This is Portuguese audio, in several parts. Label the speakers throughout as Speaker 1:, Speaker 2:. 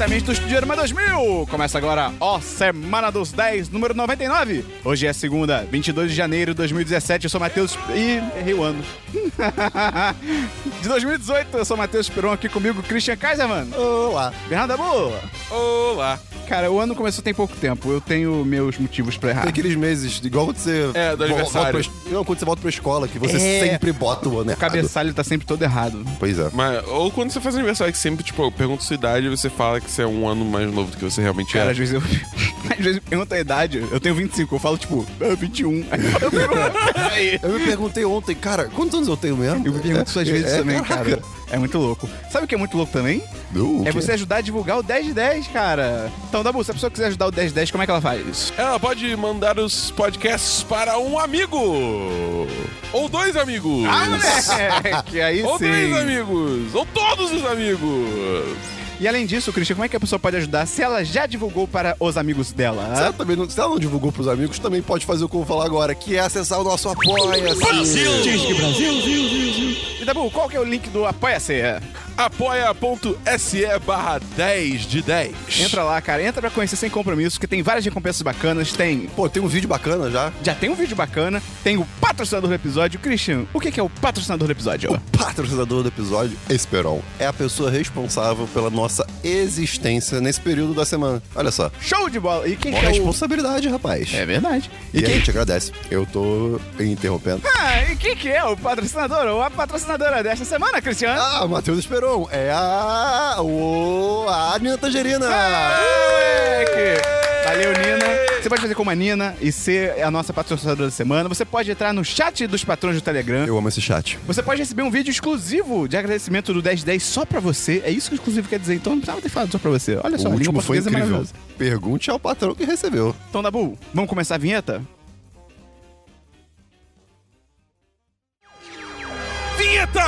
Speaker 1: ouvintes do Estúdio Arma 2000! Começa agora, ó, Semana dos 10, número 99. Hoje é segunda, 22 de janeiro de 2017. Eu sou Matheus... e errei o ano. de 2018, eu sou Matheus Peron, aqui comigo, Christian Kaiserman.
Speaker 2: Olá.
Speaker 1: Bernardo Boa.
Speaker 3: Olá.
Speaker 1: Cara, o ano começou tem pouco tempo. Eu tenho meus motivos pra errar.
Speaker 2: Tem aqueles meses, igual quando você.
Speaker 3: É, do
Speaker 2: vo-
Speaker 3: aniversário.
Speaker 2: volta pra es- não, quando você volta pra escola, que você
Speaker 1: É.
Speaker 2: sempre bota o ano
Speaker 1: O
Speaker 2: errado.
Speaker 1: cabeçalho tá sempre todo errado.
Speaker 2: Pois é.
Speaker 3: Mas, ou quando você faz aniversário, que sempre, tipo, eu pergunto sua idade e você fala que você é um ano mais novo do que você realmente
Speaker 1: Cara,
Speaker 3: é.
Speaker 1: às vezes eu. Às vezes pergunta a idade. Eu tenho 25, eu falo tipo, ah, 21. Aí eu pergunto, "Peraí."
Speaker 2: Eu me perguntei ontem, cara, quantos anos eu tenho mesmo?
Speaker 1: Eu me pergunto isso às vezes
Speaker 2: É,
Speaker 1: também,
Speaker 2: caraca.
Speaker 1: cara. É muito louco. Sabe o que é muito louco também?
Speaker 2: Uh,
Speaker 1: É você ajudar a divulgar o 10 de 10, cara. Então, Dabu, se a pessoa quiser ajudar o 10 de 10, como é que ela faz?
Speaker 3: Ela pode mandar os podcasts para um amigo. Ou dois amigos.
Speaker 1: que aí
Speaker 3: ou Ah, três
Speaker 1: sim.
Speaker 3: amigos. Ou todos os amigos.
Speaker 1: E além disso, Christian, como é que a pessoa pode ajudar se ela já divulgou para os amigos dela?
Speaker 2: Se ela, também não, se ela não divulgou pros amigos, também pode fazer o que eu vou falar agora, que é acessar o nosso apoia
Speaker 1: E Dabu, qual que é o link do Apoia-se?
Speaker 3: apoia.se barra 10 de 10.
Speaker 1: Entra lá, cara. Entra pra conhecer sem compromisso, que tem várias recompensas bacanas. Tem.
Speaker 2: Pô, tem um vídeo bacana já.
Speaker 1: Já tem um vídeo bacana, tem o patrocinador do episódio. Christian, o que que é o patrocinador do episódio?
Speaker 2: O patrocinador do episódio, Esperon, é a pessoa responsável pela nossa existência nesse período da semana. Olha só.
Speaker 1: Show de bola! E quem
Speaker 2: Mó
Speaker 1: que é o...
Speaker 2: responsabilidade, rapaz.
Speaker 1: É verdade.
Speaker 2: E,
Speaker 1: E,
Speaker 2: a
Speaker 1: quem...
Speaker 2: gente agradece. Eu tô interrompendo.
Speaker 1: Ah, e quem que é o patrocinador ou a patrocinadora desta semana, Christian?
Speaker 2: Ah, Matheus Esperon. É a. O... A Nina Tangerina.
Speaker 1: É. Moleque! Valeu, Nina. Você pode fazer como a Nina e ser a nossa patrocinadora da semana. Você pode entrar no chat dos patrões do Telegram.
Speaker 2: Eu amo esse chat.
Speaker 1: Você pode receber um vídeo exclusivo de agradecimento do 1010 só pra você. É isso que o exclusivo quer dizer, então não precisava ter falado só pra você. Olha só,
Speaker 2: o
Speaker 1: a língua
Speaker 2: último foi
Speaker 1: portuguesa é
Speaker 2: incrível.
Speaker 1: maravilhosa.
Speaker 2: Pergunte ao patrão que recebeu.
Speaker 1: Então, Dabu, vamos começar a vinheta?
Speaker 3: Vinheta!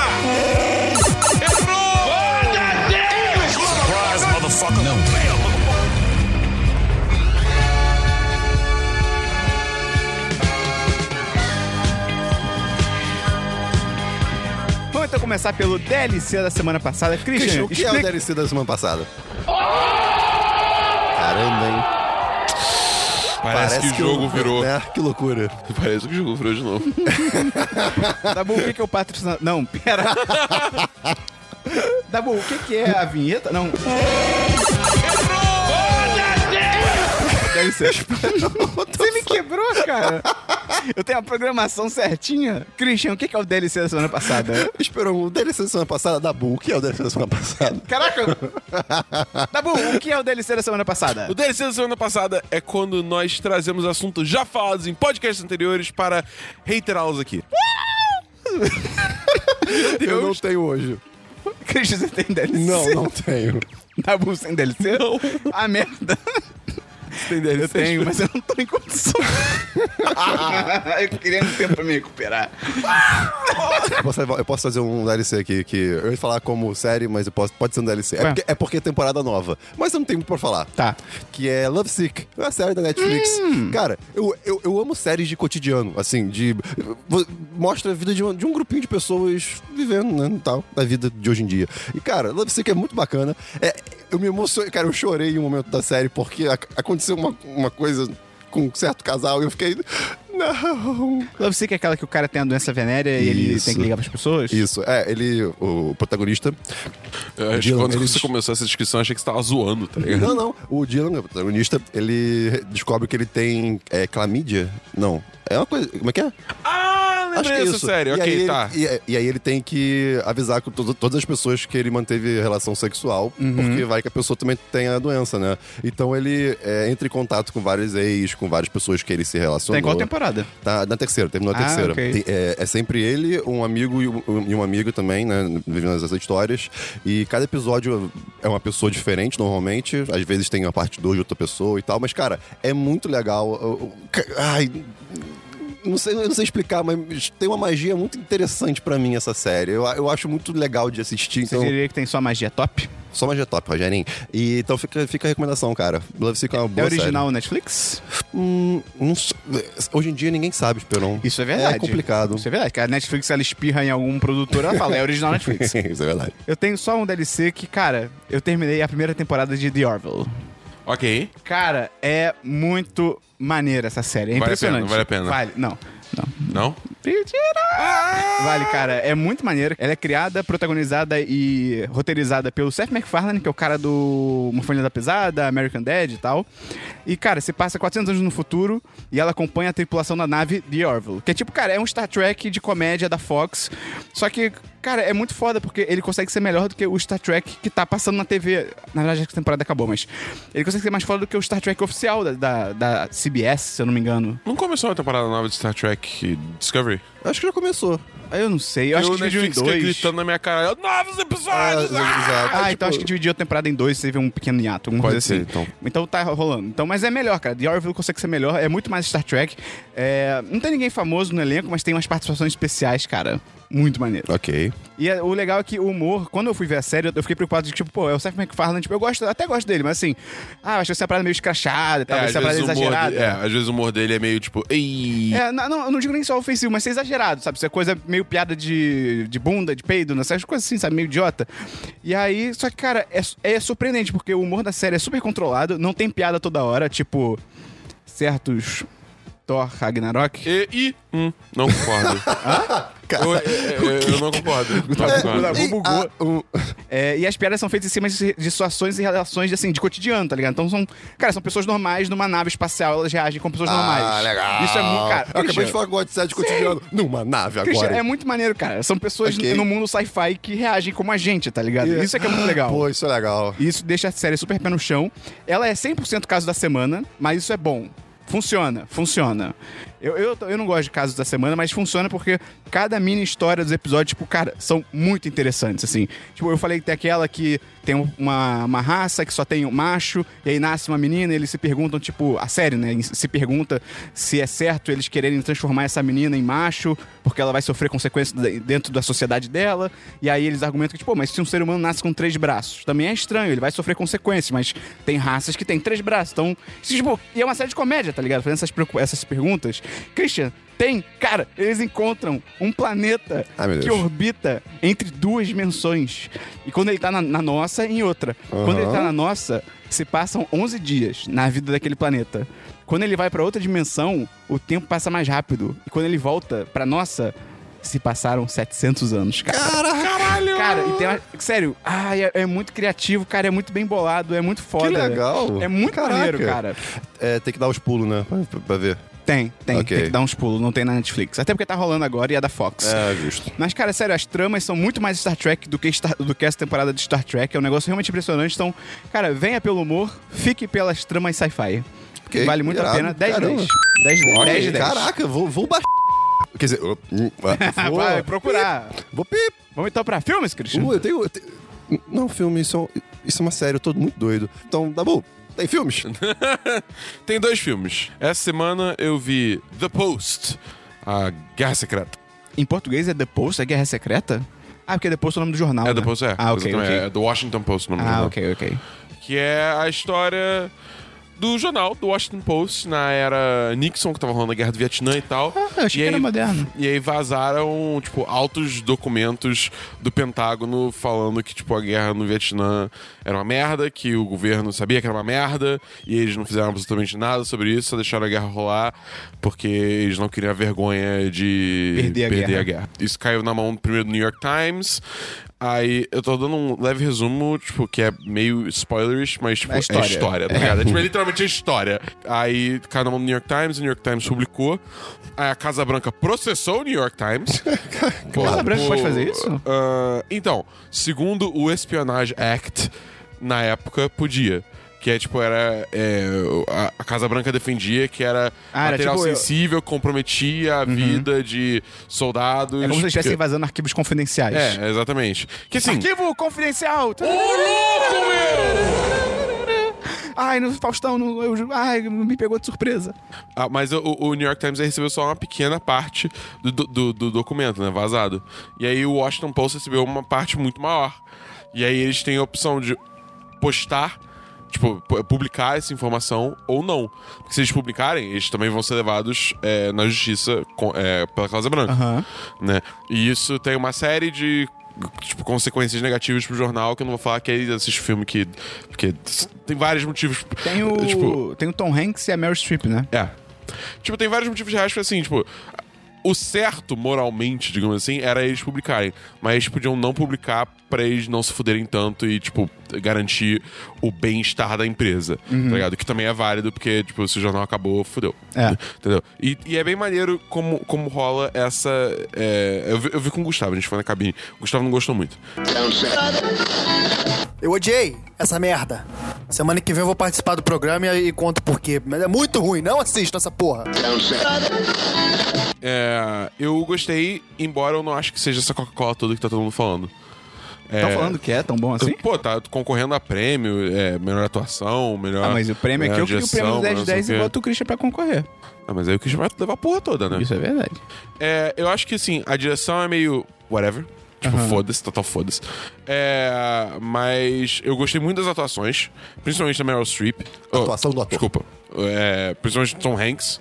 Speaker 3: Errou!
Speaker 1: Vamos então começar pelo DLC da semana passada.
Speaker 2: Christian,
Speaker 1: Christian,
Speaker 2: o que é o
Speaker 1: explica...
Speaker 2: DLC da semana passada? Caramba, hein?
Speaker 3: Parece, que o jogo
Speaker 2: eu-
Speaker 3: virou.
Speaker 2: né? Que loucura.
Speaker 3: Parece que o jogo virou de novo.
Speaker 1: Dabu, o que que é o patrocinador... Não, pera. Dabu, o que que é a vinheta? Não. DLC.
Speaker 2: Tipo,
Speaker 1: Você me quebrou, cara. Eu tenho a programação certinha. Christian, o que que é o DLC da semana passada?
Speaker 2: Esperou o DLC da semana passada da Bull. O que é o DLC da semana passada?
Speaker 1: Caraca! Dabu, o que é o DLC da semana passada?
Speaker 3: O DLC da semana passada é quando nós trazemos assuntos já falados em podcasts anteriores para reiterá-los aqui.
Speaker 2: Eu não tenho hoje.
Speaker 1: Christian, você tem DLC?
Speaker 2: Não, não tenho.
Speaker 1: Dabu sem DLC? Não. Ah, merda.
Speaker 3: Tem
Speaker 1: Eu tenho, mas eu não tô em condição. eu queria um tempo pra me recuperar.
Speaker 2: Eu posso, eu posso fazer um DLC aqui que eu ia falar como série, mas eu posso, pode ser um DLC. É
Speaker 1: Ué.
Speaker 2: porque, é porque é temporada nova. Mas eu não tenho muito pra falar.
Speaker 1: Tá. Hum.
Speaker 2: Que é Love Sick, uma série da Netflix. Cara, eu, eu, eu amo séries de cotidiano, assim, de. vo- Mostra a vida de, um- de um grupinho de pessoas vivendo, né? Tal, da vida de hoje em dia. E, cara, Love Sick é muito bacana. É, eu me emocionei, cara, eu chorei em um momento da série porque ac- aconteceu uma, uma coisa com um certo casal e eu fiquei. Não!
Speaker 1: Love Sick é aquela que o cara tem a doença venérea e ele
Speaker 2: Isso.
Speaker 1: tem que ligar pras pessoas?
Speaker 2: Isso, é, ele, o protagonista.
Speaker 3: Eu acho que
Speaker 2: Dylan,
Speaker 3: quando
Speaker 2: ele-
Speaker 3: você começou essa descrição, eu achei que você tava zoando, tá ligado?
Speaker 2: Não, não, o Dylan, o protagonista, ele descobre que ele tem é, clamídia. Não, é uma coisa. Como é que é?
Speaker 3: Ah,
Speaker 2: Acho que é
Speaker 3: lembrei dessa
Speaker 2: isso.
Speaker 3: série.
Speaker 2: E
Speaker 3: Ok,
Speaker 2: aí ele-
Speaker 3: tá.
Speaker 2: E, e aí ele tem que avisar com todo- todas as pessoas que ele manteve relação sexual,
Speaker 3: Uhum.
Speaker 2: porque vai que a pessoa também tem a doença, né? Então ele é, entra em contato com vários ex, com várias pessoas que ele se relacionou.
Speaker 1: Tem qual temporada?
Speaker 2: Tá na terceira, terminou a
Speaker 1: Ah,
Speaker 2: terceira.
Speaker 1: ok.
Speaker 2: Tem- é, é sempre ele, um amigo e um, e um amigo também, né? Vivendo essas histórias. E cada episódio é uma pessoa diferente, normalmente. Às vezes tem a parte 2 de outra pessoa e tal. Mas, cara, é muito legal. Eu- eu- ca- Ai. não sei, eu não sei explicar, mas tem uma magia muito interessante pra mim essa série. Eu, eu acho muito legal de assistir.
Speaker 1: Você
Speaker 2: Então,
Speaker 1: diria que tem só magia top?
Speaker 2: Só magia top, Rogerinho. E, então fica, fica a recomendação, cara. Love Sick é uma boa
Speaker 1: é
Speaker 2: série.
Speaker 1: original Netflix?
Speaker 2: Hum, não s- hoje em dia ninguém sabe, Esperon.
Speaker 1: Isso é verdade.
Speaker 2: É complicado.
Speaker 1: Isso é verdade. que A Netflix ela espirra em algum produtor, ela fala, é original Netflix.
Speaker 2: Isso é verdade.
Speaker 1: Eu tenho só um DLC que, cara, eu terminei a primeira temporada de The Orville.
Speaker 3: Ok.
Speaker 1: Cara, é muito maneira essa série. É
Speaker 3: Vale a
Speaker 1: impressionante.
Speaker 3: pena, vale a pena.
Speaker 1: Vale, não. Não.
Speaker 3: Não? Ah!
Speaker 1: Vale, cara. É muito maneiro. Ela é criada, protagonizada e roteirizada pelo Seth MacFarlane, que é o cara do Uma Família da Pesada, American Dad e tal. E, cara, se passa 400 anos no futuro e ela acompanha a tripulação da nave The Orville. Que é tipo, cara, é um Star Trek de comédia da Fox. Só que, cara, é muito foda porque ele consegue ser melhor do que o Star Trek que tá passando na TV. Na verdade, acho que a temporada acabou, mas... Ele consegue ser mais foda do que o Star Trek oficial da, da, da CBS, se eu não me engano.
Speaker 3: Não começou a temporada nova de Star Trek Discovery?
Speaker 2: Acho que já começou.
Speaker 1: Aí eu não sei. Eu,
Speaker 3: E
Speaker 1: acho
Speaker 3: o
Speaker 1: que dividiu em
Speaker 3: Netflix fica
Speaker 1: dois.
Speaker 3: gritando na minha cara, novos
Speaker 2: Ah,
Speaker 3: episódios! ah!"
Speaker 2: exato.
Speaker 1: Ah,
Speaker 2: É,
Speaker 1: então acho que
Speaker 2: tipo,
Speaker 1: dividiu a temporada em dois, teve um pequeno hiato, alguma
Speaker 3: Pode
Speaker 1: coisa
Speaker 3: ser,
Speaker 1: assim.
Speaker 3: então.
Speaker 1: Então tá rolando. Então, mas é melhor, cara. The Orville consegue ser melhor, é muito mais Star Trek. É, não tem ninguém famoso no elenco, mas tem umas participações especiais, cara. Muito maneiro.
Speaker 3: Tá.
Speaker 2: Ok.
Speaker 1: E é- o legal é que o humor, quando eu fui ver a série, eu- eu fiquei preocupado de tipo, pô, é o Seth MacFarlane, tipo, eu gosto, até gosto dele, mas assim, ah, acho que essa é uma parada meio escrachada e tal,
Speaker 3: É,
Speaker 1: vai
Speaker 3: às
Speaker 1: ser uma parada
Speaker 3: vezes o humor
Speaker 1: exagerada.
Speaker 3: de- é, às vezes o humor dele é meio tipo, ei.
Speaker 1: né? É, não, não, eu não digo nem só ofensivo, mas ser exagerado, sabe? Isso é coisa meio piada de, de bunda, de peido, essas coisas assim, sabe? Meio idiota. E aí, só que, cara, é, é surpreendente, porque o humor da série é super controlado, não tem piada toda hora, tipo, certos Thor Ragnarok.
Speaker 3: E, e- hum, não concordo. eu, é, eu- eu- eu não concordo.
Speaker 1: Tá
Speaker 2: é,
Speaker 3: Não concordo.
Speaker 1: Dabu bugou.
Speaker 2: Ah, um-
Speaker 1: É, e as piadas são feitas em cima de, de situações e relações, assim, de cotidiano, tá ligado? Então são, cara, são pessoas normais numa nave espacial, elas reagem como pessoas normais.
Speaker 2: Ah, legal.
Speaker 1: Isso é muito, cara.
Speaker 2: Eu acabei
Speaker 1: Christian,
Speaker 2: de falar com o WhatsApp de cotidiano numa nave
Speaker 1: Christian,
Speaker 2: agora.
Speaker 1: é muito maneiro, cara. São pessoas
Speaker 2: Ok.
Speaker 1: no mundo sci-fi que reagem como a gente, tá ligado?
Speaker 2: Yeah.
Speaker 1: Isso é que é muito legal.
Speaker 2: Pô, isso é legal.
Speaker 1: E Isso deixa a série super pé no chão. Ela é 100% caso da semana, mas isso é bom. Funciona, funciona. Eu, eu, eu não gosto de casos da semana, mas funciona porque cada mini história dos episódios, tipo, cara, são muito interessantes, assim. Tipo, eu falei que tem aquela que tem uma, uma raça que só tem um macho, e aí nasce uma menina, e eles se perguntam, tipo, a série, né? Se pergunta se é certo eles quererem transformar essa menina em macho, porque ela vai sofrer consequências de- dentro da sociedade dela. E aí eles argumentam que, tipo, mas se um ser humano nasce com três braços, também é estranho, ele vai sofrer consequências, mas tem raças que têm três braços. Então, se, tipo, e é uma série de comédia, tá ligado? Fazendo essas, preocu- essas perguntas. Christian, tem, cara, eles encontram um planeta
Speaker 2: Ai, meu
Speaker 1: que
Speaker 2: Deus.
Speaker 1: orbita entre duas dimensões. E quando ele tá na, na nossa, em outra. Quando ele tá na nossa, se passam 11 dias na vida daquele planeta. Quando ele vai pra outra dimensão, o tempo passa mais rápido. E quando ele volta pra nossa, se passaram 700 anos, cara.
Speaker 3: Caralho!
Speaker 1: Cara, e tem uma... Sério, ai, é, é muito criativo, cara, é muito bem bolado, é muito foda.
Speaker 2: legal.
Speaker 1: É muito
Speaker 2: Caraca.
Speaker 1: maneiro, cara.
Speaker 2: É, tem que dar os pulos, né? Pra, pra- pra ver.
Speaker 1: Tem, tem,
Speaker 2: Ok.
Speaker 1: tem que dar uns pulos, não tem na Netflix. Até porque tá rolando agora e é da Fox.
Speaker 2: É, justo.
Speaker 1: Mas, cara, sério, as tramas são muito mais Star Trek do que, Star- do que essa temporada de Star Trek. É um negócio realmente impressionante. Então, cara, venha pelo humor, fique pelas tramas sci-fi.
Speaker 2: Ok,
Speaker 1: vale muito
Speaker 2: irado.
Speaker 1: a pena. 10 de 10.
Speaker 2: Caramba.
Speaker 1: 10 de 10.
Speaker 2: Ok,
Speaker 1: 10 de 10.
Speaker 2: Caraca, vou, vou baixar. Quer dizer, eu- hum, ah, vou,
Speaker 1: Vai procurar.
Speaker 2: vou pip.
Speaker 1: Vamos então pra filmes, Cristian?
Speaker 2: Uh, eu tenho. eu tenho- Não, filme, isso é, um- isso é uma série, eu tô muito doido. Então, tá bom. Tem filmes?
Speaker 3: Tem dois filmes. Essa semana eu vi The Post, a Guerra Secreta.
Speaker 1: Em português é The Post, é Guerra Secreta? Ah, porque The Post é o nome do jornal.
Speaker 3: É
Speaker 1: né?
Speaker 3: The Post, é.
Speaker 1: Ah, ok,
Speaker 3: Exatamente,
Speaker 1: ok.
Speaker 3: É do Washington Post, o nome do
Speaker 1: Ah,
Speaker 3: jornal.
Speaker 1: ok, ok.
Speaker 3: Que é a história do jornal, do Washington Post, na era Nixon, que tava rolando a Guerra do Vietnã e tal.
Speaker 1: Ah, eu achei
Speaker 3: e
Speaker 1: que era
Speaker 3: aí-
Speaker 1: moderno.
Speaker 3: E aí vazaram, tipo, altos documentos do Pentágono falando que, tipo, a guerra no Vietnã era uma merda, que o governo sabia que era uma merda, e eles não fizeram absolutamente nada sobre isso, só deixaram a guerra rolar, porque eles não queriam a vergonha de
Speaker 1: Perder a guerra.
Speaker 3: Isso caiu na mão primeiro do New York Times. Aí eu tô dando um leve resumo, tipo, que é meio spoilers, mas tipo,
Speaker 1: É história.
Speaker 3: é história, tá ligado? É, tipo, é literalmente a história. Aí caiu na mão do New York Times, o New York Times publicou. Aí a Casa Branca processou o New York Times. Porra,
Speaker 1: Casa Branca
Speaker 3: por-
Speaker 1: pode fazer isso?
Speaker 3: Ah, então, segundo o Espionage Act, na época podia. Que é tipo, era. é, a- a Casa Branca defendia que era
Speaker 1: Ah, era
Speaker 3: material
Speaker 1: tipo eu-
Speaker 3: sensível, comprometia a vida de soldados.
Speaker 1: Uhum. É como se eles estivessem
Speaker 3: que-
Speaker 1: vazando arquivos confidenciais.
Speaker 3: É, exatamente. Que assim.
Speaker 1: Arquivo confidencial!
Speaker 3: Ô, louco, meu!
Speaker 1: Ai, no Faustão, no, eu, ai, me pegou de surpresa.
Speaker 3: Ah, mas o, o New York Times aí recebeu só uma pequena parte do, do, do documento, né? Vazado. E aí o Washington Post recebeu uma parte muito maior. E aí eles têm a opção de postar, tipo, pu- publicar essa informação ou não. Porque se eles publicarem, eles também vão ser levados é, na justiça com- é, pela Casa Branca.
Speaker 1: Aham.
Speaker 3: né? E isso tem uma série de tipo, consequências negativas pro jornal que eu não vou falar que aí assiste filme que. Porque tem vários motivos.
Speaker 1: Tem o,
Speaker 3: Tipo,
Speaker 1: tem o Tom Hanks e a Meryl Streep, né?
Speaker 3: é. Tipo, tem vários motivos reais que, assim, tipo. O certo, moralmente, digamos assim, era eles publicarem. Mas eles podiam não publicar pra eles não se fuderem tanto e, tipo, garantir o bem-estar da empresa. Tá ligado? Que também é válido, porque, tipo, se o jornal acabou, fudeu.
Speaker 1: É.
Speaker 3: Entendeu? E, e é bem maneiro como, como rola essa. é, eu, vi, eu vi com o Gustavo, a gente foi na cabine. O Gustavo não gostou muito.
Speaker 4: Eu odiei essa merda. Semana que vem eu vou participar do programa e, e conto por quê. Mas é muito ruim, não assista essa porra.
Speaker 3: É, eu gostei, embora eu não acho que seja essa Coca-Cola toda que tá todo mundo falando.
Speaker 1: Estão falando que é tão bom assim?
Speaker 3: Pô, tá concorrendo a prêmio, é, melhor atuação, melhor. né,
Speaker 1: Ah, mas o prêmio aqui, eu
Speaker 3: melhor
Speaker 1: crio o prêmio
Speaker 3: direção,
Speaker 1: do 10
Speaker 3: não
Speaker 1: de
Speaker 3: sei
Speaker 1: 10
Speaker 3: o
Speaker 1: e
Speaker 3: quê.
Speaker 1: boto o Christian pra concorrer.
Speaker 3: Ah, mas aí o Christian vai levar a porra toda, né?
Speaker 1: Isso é verdade.
Speaker 3: É, eu acho que assim, a direção é meio. whatever. Tipo, foda-se, total foda-se. É, mas eu gostei muito das atuações, principalmente da Meryl Streep. Oh,
Speaker 2: Atuação do ator.
Speaker 3: Desculpa. É, principalmente do Tom Hanks.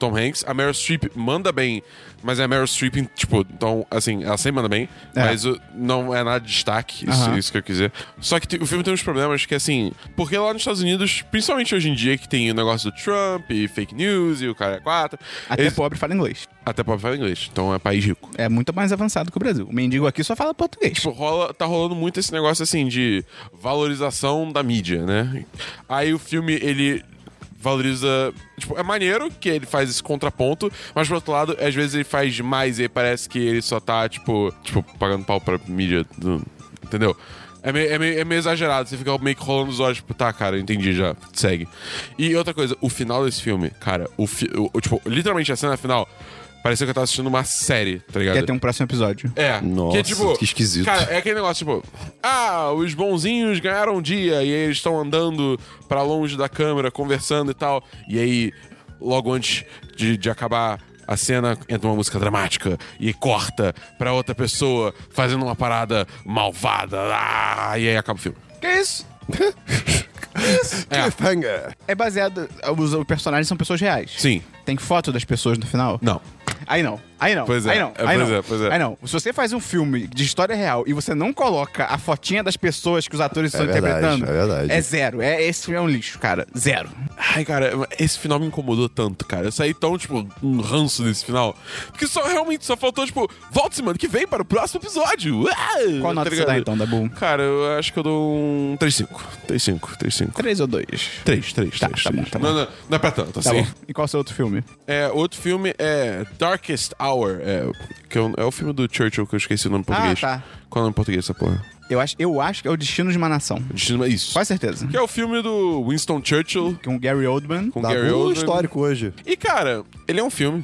Speaker 3: Tom Hanks. A Meryl Streep manda bem, mas é a Meryl Streep, em, tipo, então, assim, ela sempre manda bem,
Speaker 1: É.
Speaker 3: mas o- não é nada de destaque, isso,
Speaker 1: Aham.
Speaker 3: isso que eu quis dizer. Só que te- o filme tem uns problemas que, assim, porque lá nos Estados Unidos, principalmente hoje em dia, que tem o negócio do Trump e fake news e o cara é quatro.
Speaker 1: Até
Speaker 3: eles-
Speaker 1: pobre fala inglês.
Speaker 3: até para falar inglês, então é país rico.
Speaker 1: É muito mais avançado que o Brasil. O mendigo aqui só fala português.
Speaker 3: Tipo, rola, tá rolando muito esse negócio assim de valorização da mídia, né? Aí o filme, ele valoriza. Tipo, é maneiro que ele faz esse contraponto, mas por outro lado, às vezes ele faz demais e aí parece que ele só tá, tipo, tipo pagando pau pra mídia. do- entendeu? É meio, é, meio, é meio exagerado, você fica meio que rolando os olhos, tipo, tá, cara, eu entendi já, segue. E outra coisa, o final desse filme, cara, o, fi- o- o- tipo, literalmente a cena final, pareceu que eu tava assistindo uma série, tá ligado?
Speaker 1: Quer ter um próximo episódio.
Speaker 3: É.
Speaker 2: Nossa,
Speaker 3: que, é tipo,
Speaker 2: que esquisito.
Speaker 3: Cara, é aquele negócio, tipo, ah, os bonzinhos ganharam um dia e eles estão andando pra longe da câmera, conversando e tal. E aí, logo antes de, de acabar a cena, entra uma música dramática e corta pra outra pessoa fazendo uma parada malvada. Ah, e aí acaba o filme.
Speaker 1: Que isso?
Speaker 3: É.
Speaker 2: Cliffhanger.
Speaker 1: É baseado. Os, os personagens são pessoas reais.
Speaker 3: Sim.
Speaker 1: Tem foto das pessoas no final?
Speaker 3: Não.
Speaker 1: Aí não. Aí não.
Speaker 3: Pois é.
Speaker 1: Aí não.
Speaker 3: É,
Speaker 1: Aí
Speaker 3: pois
Speaker 1: não.
Speaker 3: é, pois é.
Speaker 1: Aí não. Se você faz um filme de história real e você não coloca a fotinha das pessoas que os atores estão
Speaker 2: verdade,
Speaker 1: interpretando,
Speaker 2: é verdade.
Speaker 1: é zero. É, esse filme é um lixo, cara. Zero.
Speaker 3: Ai, cara, esse final me incomodou tanto, cara. Eu saí tão, tipo, um ranço desse final. Porque só realmente só faltou, tipo, volte semana que vem para o próximo episódio. Ué! Tá
Speaker 1: Qual nota você
Speaker 3: ligado?
Speaker 1: dá então, Dabu?
Speaker 3: Cara, eu acho que eu dou um 3-5. 3-5, 3-5.
Speaker 1: Três ou dois?
Speaker 3: 3, 3,
Speaker 1: Tá,
Speaker 3: 3.
Speaker 1: tá bom, tá
Speaker 3: não,
Speaker 1: bom.
Speaker 3: não, não é pra tanto,
Speaker 1: Tá
Speaker 3: assim.
Speaker 1: bom. E qual é o seu outro filme?
Speaker 3: É, outro filme é Darkest Hour. É, que é, o- é o filme do Churchill que eu esqueci o nome em português.
Speaker 1: tá.
Speaker 3: Qual é o nome em português dessa porra?
Speaker 1: Eu acho, eu acho que é o Destino de uma Nação.
Speaker 3: Destino- Isso.
Speaker 1: Quase certeza.
Speaker 3: Que é o filme do Winston Churchill
Speaker 1: Com o Gary Oldman.
Speaker 3: com
Speaker 2: Dá
Speaker 3: Gary
Speaker 2: um
Speaker 3: Oldman.
Speaker 2: histórico hoje.
Speaker 3: E, cara, ele é um filme.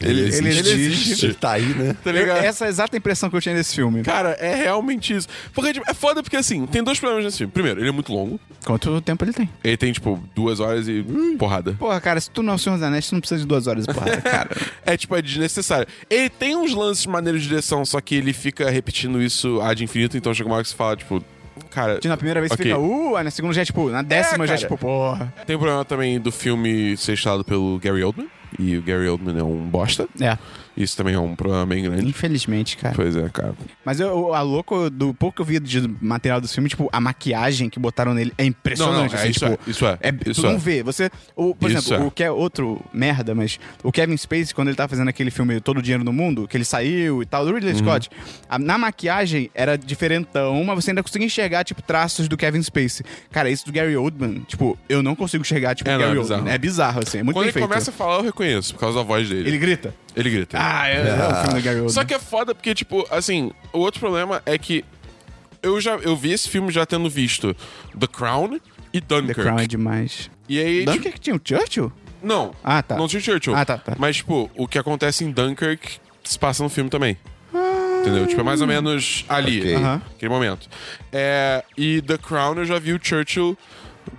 Speaker 3: ele,
Speaker 1: Ele existe.
Speaker 2: Ele tá aí, né?
Speaker 3: Tá
Speaker 1: Eu-
Speaker 3: ligado?
Speaker 1: essa é a exata impressão que eu tinha desse filme.
Speaker 3: Cara, é realmente isso. Porque tipo, é foda porque, assim, tem dois problemas nesse filme. Primeiro, ele é muito longo.
Speaker 1: Quanto tempo ele tem?
Speaker 3: Ele tem, tipo, duas horas e porrada.
Speaker 1: Porra, cara, se tu não é o Senhor dos Anéis, tu não precisa de duas horas de porrada, cara.
Speaker 3: É, tipo, é desnecessário. Ele tem uns lances maneiros de direção, só que ele fica repetindo isso ad infinito, então chega uma hora que você fala, tipo, cara.
Speaker 1: Na primeira vez você
Speaker 3: ok.
Speaker 1: fica, uh, aí na segunda já é tipo, na décima
Speaker 3: É,
Speaker 1: já é
Speaker 3: cara.
Speaker 1: tipo, porra.
Speaker 3: Tem o problema também do filme ser estrelado pelo Gary Oldman. E o Gary Oldman é um bosta.
Speaker 1: É,
Speaker 3: Isso também é um problema bem grande.
Speaker 1: infelizmente, cara.
Speaker 3: Pois é, cara.
Speaker 1: Mas eu, eu- a louco, do pouco que eu vi de material do filme, tipo, a maquiagem que botaram nele é impressionante.
Speaker 3: Não, não, é,
Speaker 1: assim,
Speaker 3: isso
Speaker 1: tipo,
Speaker 3: é, isso é, isso
Speaker 1: tu não
Speaker 3: é.
Speaker 1: vê. Você, o, por
Speaker 3: Isso
Speaker 1: exemplo,
Speaker 3: é.
Speaker 1: o que é outro merda, mas o Kevin Spacey, quando ele tava fazendo aquele filme Todo o Dinheiro no Mundo, que ele saiu e tal, do
Speaker 3: Uhum.
Speaker 1: Ridley Scott, a- na maquiagem era diferentão, mas você ainda conseguia enxergar, tipo, traços do Kevin Spacey. Cara, isso do Gary Oldman, tipo, eu não consigo enxergar, tipo,
Speaker 3: É,
Speaker 1: o
Speaker 3: não, é
Speaker 1: Gary
Speaker 3: bizarro.
Speaker 1: Oldman. É bizarro, assim, é muito
Speaker 3: Quando
Speaker 1: bem
Speaker 3: ele
Speaker 1: feito.
Speaker 3: começa a falar, eu reconheço, por causa da voz dele.
Speaker 1: Ele grita.
Speaker 3: ele grita.
Speaker 1: Ah, é, é o filme do Gary Oldman.
Speaker 3: Só que é foda porque, tipo, assim, o outro problema é que eu já eu vi esse filme já tendo visto The Crown e
Speaker 1: The
Speaker 3: Dunkirk.
Speaker 1: Crown é demais.
Speaker 3: E aí, tipo,
Speaker 1: Dunkirk tinha o Churchill?
Speaker 3: não.
Speaker 1: Ah, tá.
Speaker 3: Não tinha Churchill.
Speaker 1: Ah, tá, tá.
Speaker 3: Mas, tipo, o que acontece em Dunkirk se passa no filme também. Entendeu? Tipo, é mais ou menos ali,
Speaker 2: Ok.
Speaker 1: Aham.
Speaker 3: naquele momento. É, e The Crown eu já vi o Churchill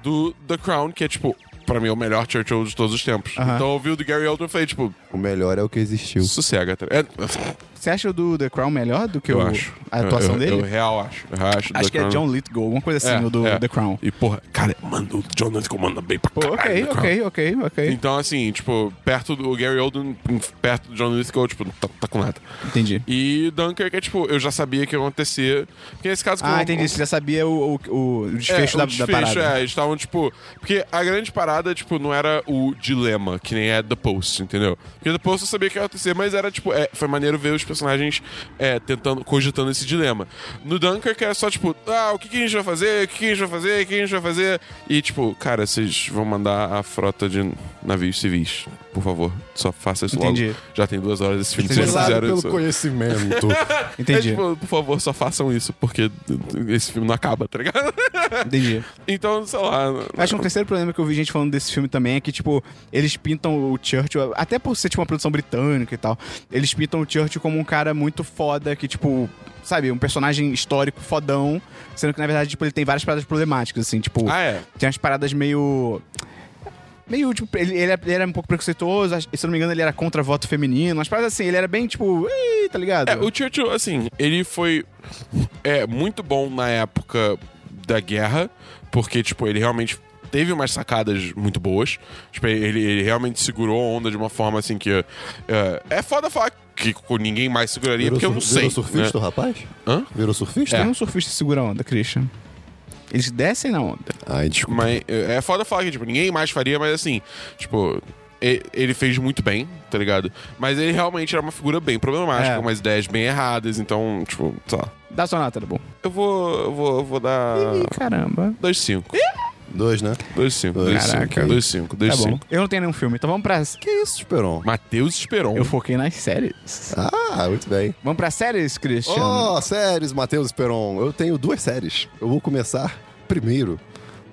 Speaker 3: do The Crown, que é, tipo, pra mim, é o melhor Churchill de todos os tempos. Então eu ouvi o do Gary Oldman e falei, tipo,
Speaker 2: O melhor é o que existiu.
Speaker 3: sossega. tá- É,
Speaker 1: Você acha o do The Crown melhor do que
Speaker 3: eu
Speaker 1: o-
Speaker 3: acho.
Speaker 1: a atuação
Speaker 3: Eu- eu-
Speaker 1: dele?
Speaker 3: Eu real acho. Eu real acho do
Speaker 1: acho
Speaker 3: The
Speaker 1: que é
Speaker 3: Crown.
Speaker 1: John Lithgow, alguma coisa assim, o do
Speaker 3: é.
Speaker 1: The Crown.
Speaker 3: E, porra, cara, mano, o John Lithgow manda bem pra
Speaker 1: Pô,
Speaker 3: caralho.
Speaker 1: ok,
Speaker 3: The Crown.
Speaker 1: ok, ok, ok.
Speaker 3: Então, assim, tipo, perto do o Gary Oldman, perto do John Lithgow, tipo, não tá, tá com nada.
Speaker 1: Entendi.
Speaker 3: E Dunkirk é, tipo, eu já sabia que ia acontecer. Porque nesse caso...
Speaker 1: Ah,
Speaker 3: como-
Speaker 1: entendi. Você já sabia o, o- o, desfecho,
Speaker 3: é,
Speaker 1: da,
Speaker 3: o
Speaker 1: da
Speaker 3: desfecho,
Speaker 1: parada.
Speaker 3: É, eles estavam, tipo... Porque a grande parada, tipo, não era o dilema, que nem é The Post, entendeu? Porque The Post eu sabia que ia acontecer, mas era, tipo... é, foi maneiro ver os personagens é, tentando, cogitando esse dilema. No Dunkirk era só, tipo... Ah, o que, que a gente vai fazer? O que, que a gente vai fazer? O que, que a gente vai fazer? E, tipo, cara, vocês vão mandar a frota de navios civis. Por favor, só faça isso
Speaker 1: Entendi.
Speaker 3: logo. Já tem duas horas desse filme.
Speaker 1: Entendi.
Speaker 3: Vocês já
Speaker 1: Pesado
Speaker 3: fizeram
Speaker 2: pelo
Speaker 3: isso.
Speaker 2: conhecimento.
Speaker 1: Entendi.
Speaker 3: É, tipo, por favor, só façam isso, porque esse filme não acaba, tá ligado?
Speaker 1: Entendi.
Speaker 3: Então, sei lá.
Speaker 1: Acho que um terceiro problema que eu vi gente falando desse filme também é que, tipo, eles pintam o Churchill, até por ser, tipo, uma produção britânica e tal, eles pintam o Churchill como um cara muito foda, que, tipo, sabe, um personagem histórico fodão, sendo que, na verdade, tipo, ele tem várias paradas problemáticas, assim, tipo,
Speaker 3: Ah, é.
Speaker 1: tem umas paradas meio... Meio, tipo, ele, ele era- ele era um pouco preconceituoso, acho- se eu não me engano, ele era contra voto feminino, umas paradas assim, ele era bem, tipo, "Ih", tá ligado?
Speaker 3: É, o Churchill, assim, ele foi é, muito bom na época da guerra, porque, tipo, ele realmente teve umas sacadas muito boas. Tipo, ele, ele realmente segurou a onda de uma forma, assim, que... É, é foda falar que com ninguém mais seguraria, porque eu não
Speaker 2: sur-
Speaker 3: sei.
Speaker 2: Virou surfista,
Speaker 3: né?
Speaker 2: o rapaz?
Speaker 3: Hã? É.
Speaker 2: Virou surfista?
Speaker 1: Tem um surfista que segura a onda, Christian. Eles descem na onda.
Speaker 2: Ai, desculpa.
Speaker 3: Mas é é foda falar que, tipo, ninguém mais faria, mas assim, tipo, e- ele fez muito bem, tá ligado? Mas ele realmente era uma figura bem problemática,
Speaker 1: É.
Speaker 3: com umas ideias bem erradas, então, tipo, tá.
Speaker 1: Dá sua nota, tá bom?
Speaker 3: Eu vou. Eu vou, eu vou dar.
Speaker 1: Ih,
Speaker 2: Ah.
Speaker 1: caramba.
Speaker 3: 2-5.
Speaker 2: Dois, né?
Speaker 3: 2-5.
Speaker 1: Caraca.
Speaker 3: 2-5.
Speaker 1: Tá bom.
Speaker 3: 2-5.
Speaker 1: Eu não tenho nenhum filme, então vamos pra.
Speaker 2: Que isso, Esperon?
Speaker 3: Matheus Esperon.
Speaker 1: Eu
Speaker 2: Hum.
Speaker 1: foquei nas séries.
Speaker 2: Ah, muito bem.
Speaker 1: Vamos pra séries, Christian?
Speaker 2: Oh, séries, Matheus Peron. Eu tenho duas séries. Eu vou começar primeiro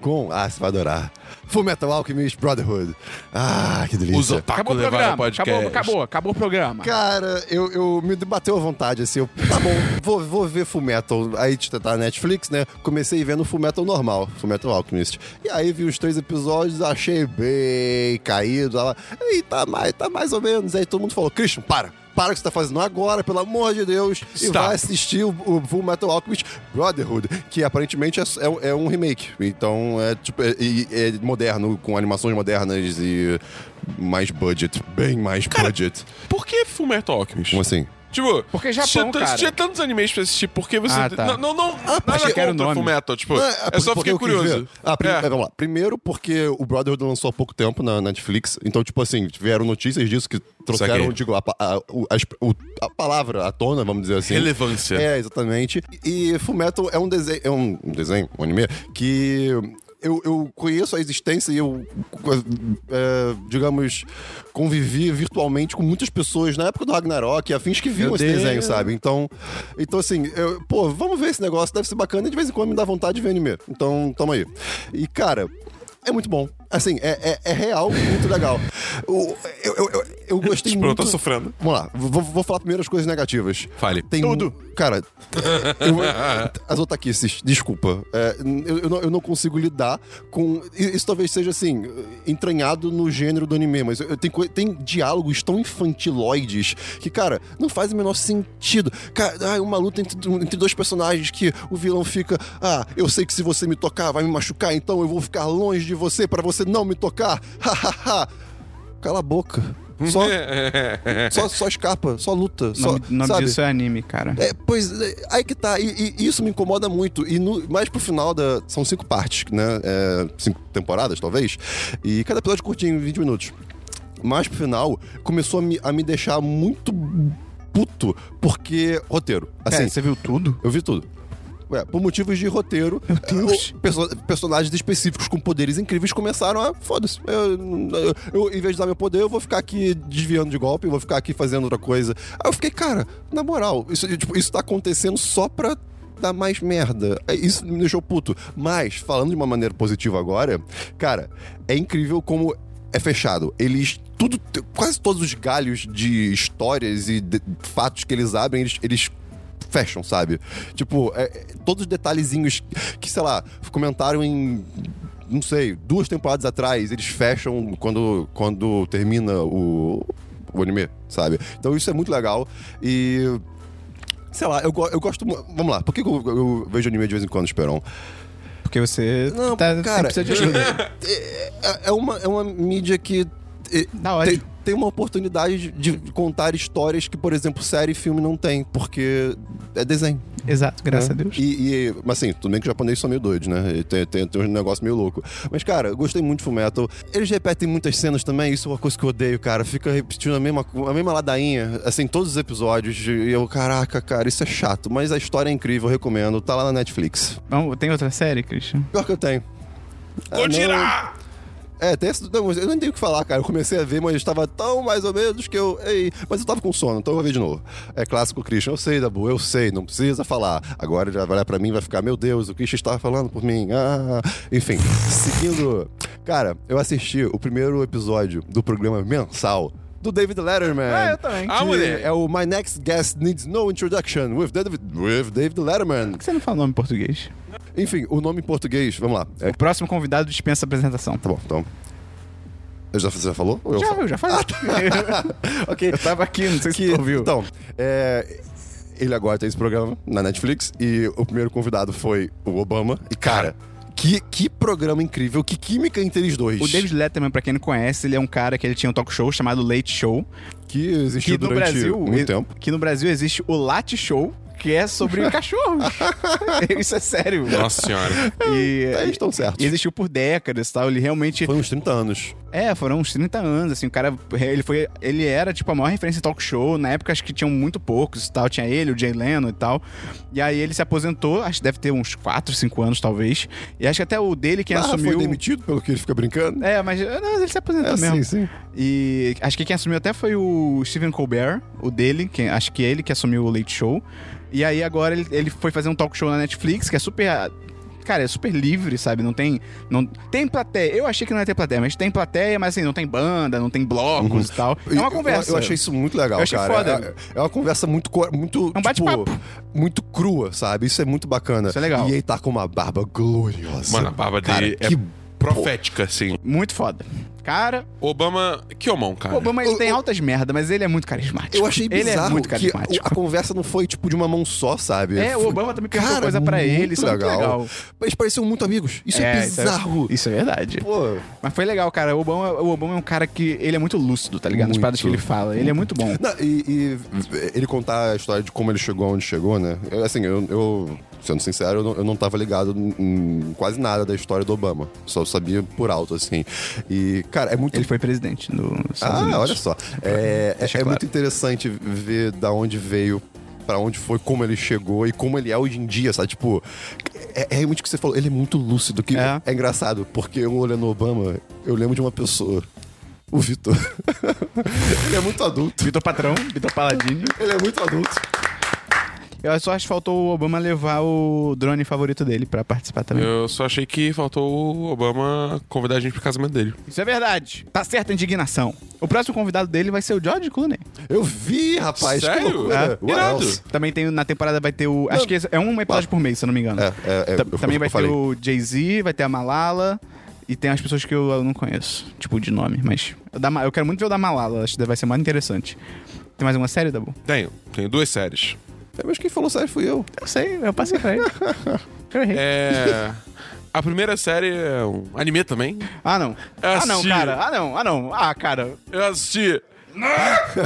Speaker 2: com. Ah, você vai adorar. Full Metal Alchemist Brotherhood. Ah, que delícia.
Speaker 3: Os otaku
Speaker 1: acabou o
Speaker 3: levaram
Speaker 1: programa.
Speaker 3: o podcast.
Speaker 1: Acabou, acabou, acabou o programa.
Speaker 2: Cara, eu, eu me bateu à vontade, assim. Eu, tá bom, vou, vou ver Full Metal. Aí tá na Netflix, né? Comecei vendo Full Metal normal, Full Metal Alchemist. E aí vi os três episódios, achei bem caído. Ela, e tá mais, tá mais ou menos. Aí todo mundo falou, Christian, para. Para o que você tá fazendo agora, pelo amor de Deus. E
Speaker 3: Stop.
Speaker 2: vai assistir o, o Full Metal Alchemist Brotherhood, que aparentemente é, é- é um remake. Então é, tipo, é- e- é moderno, com animações modernas e mais budget. Bem mais budget.
Speaker 3: Por que Fullmetal Alchemist?
Speaker 2: Como assim?
Speaker 3: Tipo,
Speaker 1: Porque é Japão,
Speaker 3: tinha,
Speaker 1: cara.
Speaker 3: tinha tantos animes pra assistir, por que você.
Speaker 1: Ah, tá.
Speaker 3: Não, não, não
Speaker 1: achei
Speaker 3: nada
Speaker 1: que era o
Speaker 3: contra
Speaker 1: nome. é
Speaker 3: Fullmetal. Tipo,
Speaker 2: Não,
Speaker 3: eu
Speaker 2: porque-
Speaker 3: só
Speaker 2: porque
Speaker 3: fiquei
Speaker 2: eu quis
Speaker 3: curioso.
Speaker 2: ver. Ah, prim-
Speaker 3: É.
Speaker 2: é, vamos lá. Primeiro porque o Brotherhood lançou há pouco tempo na Netflix, então, tipo assim, tiveram notícias disso que trouxeram,
Speaker 3: Saquei.
Speaker 2: digo, a, pa- a- o- as- o- a palavra à tona, vamos dizer assim.
Speaker 3: Relevância.
Speaker 2: É, exatamente. E Fullmetal é um desenho, é um um desenho, um anime, que... Eu, eu conheço a existência e eu, é, digamos, convivi virtualmente com muitas pessoas na época do Ragnarok e afins que viam
Speaker 1: Meu
Speaker 2: esse
Speaker 1: Deus.
Speaker 2: desenho, sabe? Então, então assim, eu- pô, vamos ver esse negócio, deve ser bacana e de vez em quando me dá vontade de ver anime. Então, toma aí. E, cara. É muito bom. Assim, é, é, é real, muito legal. O- Eu, eu, eu, eu gostei
Speaker 3: Tipo, eu
Speaker 2: muito.
Speaker 3: tô sofrendo.
Speaker 2: Vamos lá, vou, vou falar primeiro as coisas negativas.
Speaker 3: Fale.
Speaker 2: Tem Tudo. Cara, eu- as otaquices, desculpa. É, eu, eu não, eu não consigo lidar com. i- Isso talvez seja assim, entranhado no gênero do anime, mas eu, eu- tem, coi- tem diálogos tão infantiloides que, cara, não faz o menor sentido. Cara, ah, é uma luta entre, entre dois personagens que o vilão fica. Ah, eu sei que se você me tocar, vai me machucar, então eu vou ficar longe de você pra você não me tocar. Hahaha. Cala a boca. Só, só, só escapa, só luta.
Speaker 1: o
Speaker 2: Só,
Speaker 1: nome, nome
Speaker 2: sabe?
Speaker 1: disso é anime, cara.
Speaker 2: É, pois, é, aí que tá. E, e isso me incomoda muito. E no, mais pro final da. São cinco partes, né? É, cinco temporadas, talvez. E cada episódio curtinho, 20 minutos. Mas pro final, começou a me, a me deixar muito puto, porque. Roteiro. Assim,
Speaker 1: Pera, você viu tudo?
Speaker 2: eu vi tudo. Ué, por motivos de roteiro, Meu
Speaker 1: Deus.
Speaker 2: personagens específicos com poderes incríveis começaram a. Foda-se. Eu, eu- eu, em vez de dar meu poder, eu vou ficar aqui desviando de golpe, eu vou ficar aqui fazendo outra coisa. Aí eu fiquei, cara, na moral, isso, tipo, isso tá acontecendo só pra dar mais merda. É, Isso me deixou puto. Mas, falando de uma maneira positiva agora, cara, é incrível como é fechado. Eles. Tudo, quase todos os galhos de histórias e de- fatos que eles abrem, eles- eles fashion, sabe? Tipo, é- é- todos os detalhezinhos que, sei lá, comentaram em não sei, duas temporadas atrás, eles fecham quando, quando termina o, o anime, sabe? Então isso é muito legal. E. Sei lá, eu, go- eu gosto. mu- Vamos lá, por que que eu, eu vejo anime de vez em quando, Esperon?
Speaker 1: Porque você
Speaker 2: Não,
Speaker 1: tá, sempre
Speaker 2: cara,
Speaker 1: precisa de ajuda.
Speaker 2: É, é uma, é uma mídia que. é,
Speaker 1: Dá ódio.
Speaker 2: tem, tem uma oportunidade de, de contar histórias que, por exemplo, série e filme não tem, porque é desenho.
Speaker 1: Exato, graças a Deus.
Speaker 2: Né? E, e- mas assim, tudo bem que os japoneses são meio doidos, né? E Tem, tem, tem um negócio meio louco. Mas, cara, eu gostei muito de Fullmetal. Eles repetem muitas cenas também, isso é uma coisa que eu odeio, cara. Fica repetindo a mesma, co- a mesma ladainha, assim, todos os episódios. E eu, caraca, cara, isso é chato. Mas a história é incrível, eu recomendo. Tá lá na Netflix.
Speaker 1: Vamos, tem outra série, Christian?
Speaker 2: Pior que eu tenho. Ah, não.
Speaker 3: Gojira!
Speaker 2: É, tem esse, não, mas eu não tenho o que falar, cara. Eu comecei a ver, mas estava tão mais ou menos que eu. Ei, mas eu tava com sono, então eu vou ver de novo. É clássico Christian, eu sei, Dabu, eu sei, não precisa falar. Agora já vai olhar pra mim e vai ficar, meu Deus, o Christian estava falando por mim. Ah. Enfim, seguindo. Cara, eu assisti o primeiro episódio do programa mensal. Do David Letterman.
Speaker 1: Ah, eu também.
Speaker 3: Ah,
Speaker 2: Que
Speaker 3: moleque.
Speaker 2: É o My Next Guest Needs No Introduction with David, with David Letterman.
Speaker 1: Por que você não fala o nome em português?
Speaker 2: Enfim, o nome em português, vamos lá. É,
Speaker 1: O próximo convidado dispensa a apresentação.
Speaker 2: tá bom, então. Eu já, você já falou? Ou eu
Speaker 1: Já,
Speaker 2: falo?
Speaker 1: eu já falei.
Speaker 2: ok.
Speaker 1: Eu tava aqui, não sei se
Speaker 2: Que-
Speaker 1: tu ouviu.
Speaker 2: Então, é, ele agora tem esse programa na Netflix e o primeiro convidado foi o Obama. E, cara, que, que programa incrível, que química entre eles dois.
Speaker 1: O David Letterman, pra quem não conhece, ele é um cara que ele tinha um talk show chamado Late Show.
Speaker 2: que existiu
Speaker 1: Que no
Speaker 2: durante
Speaker 1: Brasil.
Speaker 2: muito
Speaker 1: e-
Speaker 2: tempo.
Speaker 1: Que no Brasil existe o Late Show, que é sobre cachorros. Isso é sério.
Speaker 3: Nossa senhora.
Speaker 1: E,
Speaker 2: Aí eles estão certos.
Speaker 1: é, e existiu por décadas, tal. Ele realmente.
Speaker 2: Foi uns 30 anos.
Speaker 1: É, foram uns 30 anos, assim, o cara, ele foi, ele era, tipo, a maior referência em talk show, na época acho que tinham muito poucos e tal, tinha ele, o Jay Leno e tal, e aí ele se aposentou, acho que deve ter uns 4, 5 anos, talvez, e acho que até o dele quem
Speaker 2: Ah,
Speaker 1: assumiu...
Speaker 2: foi demitido pelo que ele fica brincando.
Speaker 1: É, mas não, ele se aposentou
Speaker 2: É,
Speaker 1: mesmo.
Speaker 2: sim, sim.
Speaker 1: E acho que quem assumiu até foi o Stephen Colbert, o dele, quem, acho que é ele que assumiu o Late Show. E aí agora ele, ele foi fazer um talk show na Netflix, que é super. ah, Cara, é super livre, sabe? Não tem. Não, tem plateia. Eu achei que não ia ter plateia, mas tem plateia, mas assim, não tem banda, não tem blocos e tal. É
Speaker 2: Uhum. Eu-
Speaker 1: uma conversa.
Speaker 2: Eu, eu achei isso muito legal,
Speaker 1: Eu achei
Speaker 2: cara.
Speaker 1: foda.
Speaker 2: É, é uma conversa muito. co- muito
Speaker 1: É um
Speaker 2: tipo,
Speaker 1: bate-papo.
Speaker 2: Muito crua, sabe? Isso é muito bacana.
Speaker 1: Isso é legal.
Speaker 2: E ele tá com uma barba gloriosa.
Speaker 3: Mano, a barba dele
Speaker 2: Cara,
Speaker 3: é
Speaker 2: que
Speaker 3: profética, assim.
Speaker 1: Muito foda. Cara,
Speaker 3: Obama. Que homão, cara.
Speaker 1: o Obama ele
Speaker 2: É. Eu-
Speaker 1: tem
Speaker 2: eu-
Speaker 1: altas merda, mas ele é muito carismático.
Speaker 2: Eu achei
Speaker 1: Ele é
Speaker 2: bizarro
Speaker 1: muito
Speaker 2: que
Speaker 1: carismático.
Speaker 2: a conversa não foi, tipo, de uma mão só, sabe?
Speaker 1: É, o Obama também perguntou coisa pra
Speaker 2: muito
Speaker 1: ele, isso é muito legal.
Speaker 2: Eles pareciam muito amigos. Isso é, bizarro.
Speaker 1: Isso é, verdade.
Speaker 2: Pô,
Speaker 1: Mas foi legal, cara. O Obama, o Obama é um cara que. Ele é muito lúcido, tá ligado? Nas
Speaker 2: Muito.
Speaker 1: paradas que ele fala. Ele é muito bom.
Speaker 2: não, e, e ele contar a história de como ele chegou onde chegou, né? Eu, assim, eu, eu, sendo sincero, eu não, eu não tava ligado em- em quase nada da história do Obama. Só sabia por alto, assim. E, cara, é muito
Speaker 1: Ele foi presidente do Estados
Speaker 2: Ah,
Speaker 1: Unidos.
Speaker 2: olha só. É, é, é
Speaker 1: claro.
Speaker 2: muito interessante ver da onde veio, pra onde foi, como ele chegou e como ele é hoje em dia, sabe? Tipo, é, é muito o que você falou, ele é muito lúcido. Que
Speaker 1: É.
Speaker 2: é. engraçado, porque eu olhando o Obama, eu lembro de uma pessoa. O Vitor. ele é muito adulto.
Speaker 1: Vitor Patrão, Vitor Paladini.
Speaker 2: Ele é muito adulto.
Speaker 1: Eu só acho que faltou o Obama levar o drone favorito dele pra participar também.
Speaker 3: Eu só achei que faltou o Obama convidar a gente pro casamento dele.
Speaker 1: Isso é verdade. Tá certa a indignação. O próximo convidado dele vai ser o George Clooney. tá?
Speaker 2: Eu vi, rapaz. que
Speaker 3: Sério?
Speaker 2: loucura. What
Speaker 3: É. Irado.
Speaker 2: else?
Speaker 1: Também tem na temporada vai ter o. Acho que é um episódio por mês, se eu não me engano.
Speaker 2: É, é, é,
Speaker 1: Ta-
Speaker 2: eu-
Speaker 1: também
Speaker 2: eu
Speaker 1: vai ter
Speaker 2: falei.
Speaker 1: o Jay-Z, vai ter a Malala. E tem as pessoas que eu, eu não conheço, tipo, de nome, mas. o da Ma- eu quero muito ver o da Malala, acho que vai ser mais interessante. Tem mais uma série, Dabu?
Speaker 3: Tenho. Tenho duas séries.
Speaker 2: É, Mas quem falou sério fui eu.
Speaker 1: Eu sei, eu passei pra ele. Eu errei.
Speaker 3: É. A primeira série é um anime também.
Speaker 1: Ah, não. Ah, não,
Speaker 3: Assisti.
Speaker 1: cara. Ah, não. Ah, não. Ah, cara.
Speaker 3: Eu assisti.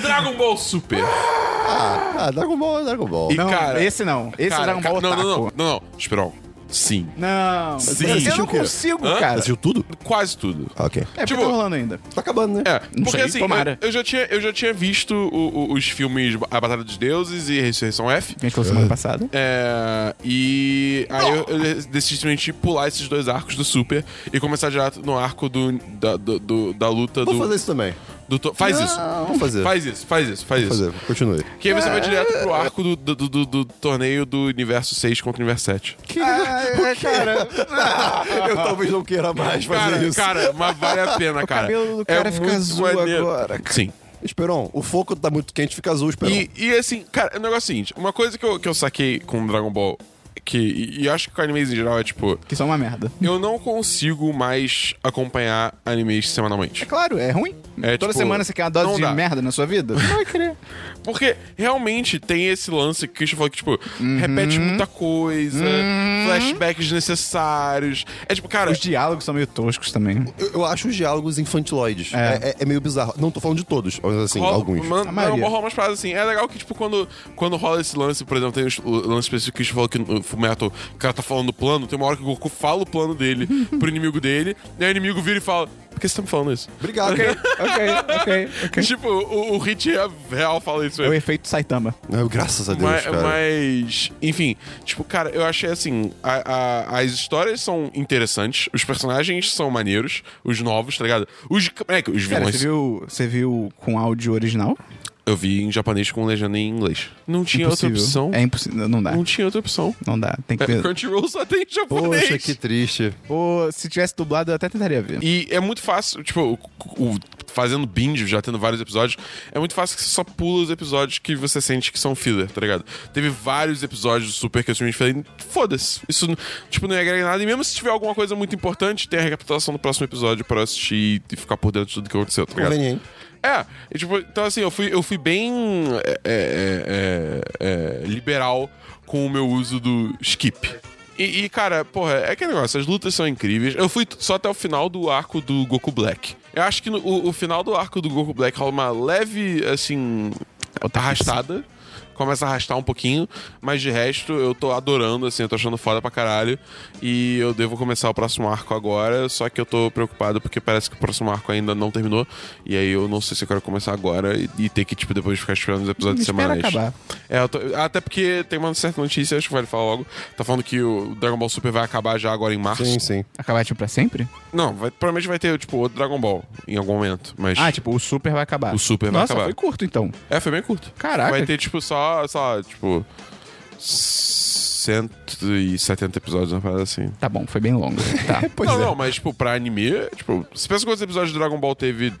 Speaker 3: Dragon Ball Super.
Speaker 2: Ah, Dragon Ball é Dragon Ball.
Speaker 3: E-
Speaker 1: Não,
Speaker 3: cara,
Speaker 1: esse não. Esse é Dragon Ball
Speaker 3: ca- não,
Speaker 1: Otaku.
Speaker 3: não, não, não, não. Esperão. Sim.
Speaker 1: Não.
Speaker 3: Sim.
Speaker 1: Eu
Speaker 2: Assistiu
Speaker 1: não
Speaker 2: o quê?
Speaker 1: consigo,
Speaker 3: Hã?
Speaker 1: cara.
Speaker 2: Assistiu tudo?
Speaker 3: Quase tudo.
Speaker 2: Ah, ok.
Speaker 1: É, porque
Speaker 3: Tipo-
Speaker 1: tá rolando ainda.
Speaker 2: Tá acabando, né?
Speaker 3: É,
Speaker 1: Não
Speaker 3: porque
Speaker 1: sei,
Speaker 3: assim,
Speaker 1: tomara.
Speaker 3: eu, eu já tinha, eu já tinha visto o- o- os filmes A Batalha dos Deuses e Ressurreição F.
Speaker 1: A gente falou semana passada.
Speaker 3: É, e aí eu, eu decidi simplesmente pular esses dois arcos do Super e começar direto no arco do, da, do- do- da luta
Speaker 2: Vou
Speaker 3: do.
Speaker 2: fazer isso também.
Speaker 3: do to- faz isso.
Speaker 2: Vamos fazer.
Speaker 3: Faz isso, faz isso, faz
Speaker 2: Vamos
Speaker 3: isso.
Speaker 2: fazer. Continue.
Speaker 3: Que aí você
Speaker 1: É.
Speaker 3: vai direto pro arco do, do, do- do- do torneio do universo 6 contra o universo 7. é,
Speaker 1: Ah, cara.
Speaker 2: Eu talvez não queira mais fazer
Speaker 3: Cara,
Speaker 2: isso.
Speaker 3: cara, mas vale a pena, cara. É
Speaker 1: cabelo do cara fica
Speaker 3: muito
Speaker 1: azul agora,
Speaker 3: Sim.
Speaker 2: Esperon, o foco tá muito quente, fica azul, Esperon.
Speaker 3: E, e assim, cara, o negócio é o seguinte: uma coisa que eu, que eu saquei com Dragon Ball que. E, e acho que com animes em geral é tipo.
Speaker 1: Que são uma merda.
Speaker 3: Eu não consigo mais acompanhar animes semanalmente.
Speaker 1: É claro, é ruim.
Speaker 3: É,
Speaker 1: Toda
Speaker 3: tipo,
Speaker 1: semana você quer uma dose
Speaker 3: não
Speaker 1: de
Speaker 3: dá.
Speaker 1: merda na sua vida? Não vai querer.
Speaker 3: Porque realmente tem esse lance que o Christian falou que, tipo, repete
Speaker 1: Uhum.
Speaker 3: muita coisa, flashbacks desnecessários. É tipo, cara.
Speaker 1: Os diálogos são meio toscos também.
Speaker 2: Eu, eu acho os diálogos infantiloides. É. é- é meio bizarro. Não tô falando de todos, mas assim,
Speaker 3: rola-
Speaker 2: alguns.
Speaker 3: Man,
Speaker 1: A maioria.
Speaker 3: Não, rola umas paradas assim. É legal que, tipo, quando, quando rola esse lance, por exemplo, tem os- o lance específico que a gente falou que no Fullmetal, o cara tá falando do plano, tem uma hora que o Goku fala o plano dele pro inimigo dele, e aí o inimigo vira e fala, por que você tá me falando isso?
Speaker 2: Obrigado.
Speaker 1: ok, ok, ok.
Speaker 3: Tipo, o, o Hit real fala isso.
Speaker 1: É o
Speaker 3: aí.
Speaker 1: efeito Saitama.
Speaker 2: Não, graças a Deus,
Speaker 3: Mas,
Speaker 2: cara.
Speaker 3: mas, enfim, tipo, cara, eu achei assim: a- a- as histórias são interessantes, os personagens são maneiros, os novos, tá ligado? Os, moleque, os
Speaker 1: Cara,
Speaker 3: vilões.
Speaker 1: você viu, você viu com áudio original?
Speaker 3: Eu vi em japonês com legenda em inglês. Não tinha outra
Speaker 1: Impossível.
Speaker 3: opção.
Speaker 1: É impossível. Não dá.
Speaker 3: Não tinha outra opção.
Speaker 1: Não dá. Tem que
Speaker 3: É,
Speaker 1: ver.
Speaker 3: Crunchyroll só tem em japonês.
Speaker 2: Poxa, que triste.
Speaker 1: Ou se tivesse dublado, eu até tentaria ver.
Speaker 3: E é muito fácil, tipo, o- o- fazendo binge, já tendo vários episódios, é muito fácil que você só pula os episódios que você sente que são filler, tá ligado? Teve vários episódios do Super que eu simplesmente falei, foda-se, isso, n- tipo, não ia agregar em nada. E mesmo se tiver alguma coisa muito importante, tem a recapitulação do próximo episódio pra eu assistir e ficar por dentro de tudo que aconteceu, tá ligado?
Speaker 2: Conveniente.
Speaker 3: É, e, tipo, então assim, eu fui, eu fui bem é, é, é, é, liberal com o meu uso do skip. E, e, cara, porra, é aquele negócio, as lutas são incríveis. Eu fui t- só até o final do arco do Goku Black. Eu acho que no- o, o final do arco do Goku Black rola uma leve, assim, arrastada. Começa a arrastar um pouquinho, mas de resto eu tô adorando, assim, eu tô achando foda pra caralho. E eu devo começar o próximo arco agora, só que eu tô preocupado porque parece que o próximo arco ainda não terminou. E aí eu não sei se eu quero começar agora e, e ter que, tipo, depois ficar esperando os episódios
Speaker 1: Espera
Speaker 3: semanais.
Speaker 1: acabar.
Speaker 3: É, eu tô- até porque tem uma certa notícia, acho que vale falar logo. Tá falando que o Dragon Ball Super vai acabar já agora em março.
Speaker 2: Sim, sim.
Speaker 1: Acabar, tipo, pra sempre?
Speaker 3: Não, vai- provavelmente vai ter, tipo, outro Dragon Ball em algum momento. Mas.
Speaker 1: Ah, tipo, o Super vai acabar.
Speaker 3: O Super vai
Speaker 1: Nossa,
Speaker 3: acabar.
Speaker 1: foi curto, então.
Speaker 3: É, foi bem curto.
Speaker 1: Caraca.
Speaker 3: Vai ter, tipo, só, sei lá, tipo. 170 episódios, uma parada assim.
Speaker 1: Tá bom, foi bem longo. Tá.
Speaker 2: Pois
Speaker 3: não,
Speaker 2: é.
Speaker 3: não, mas, tipo, pra anime, tipo, você pensa quantos episódios de Dragon Ball teve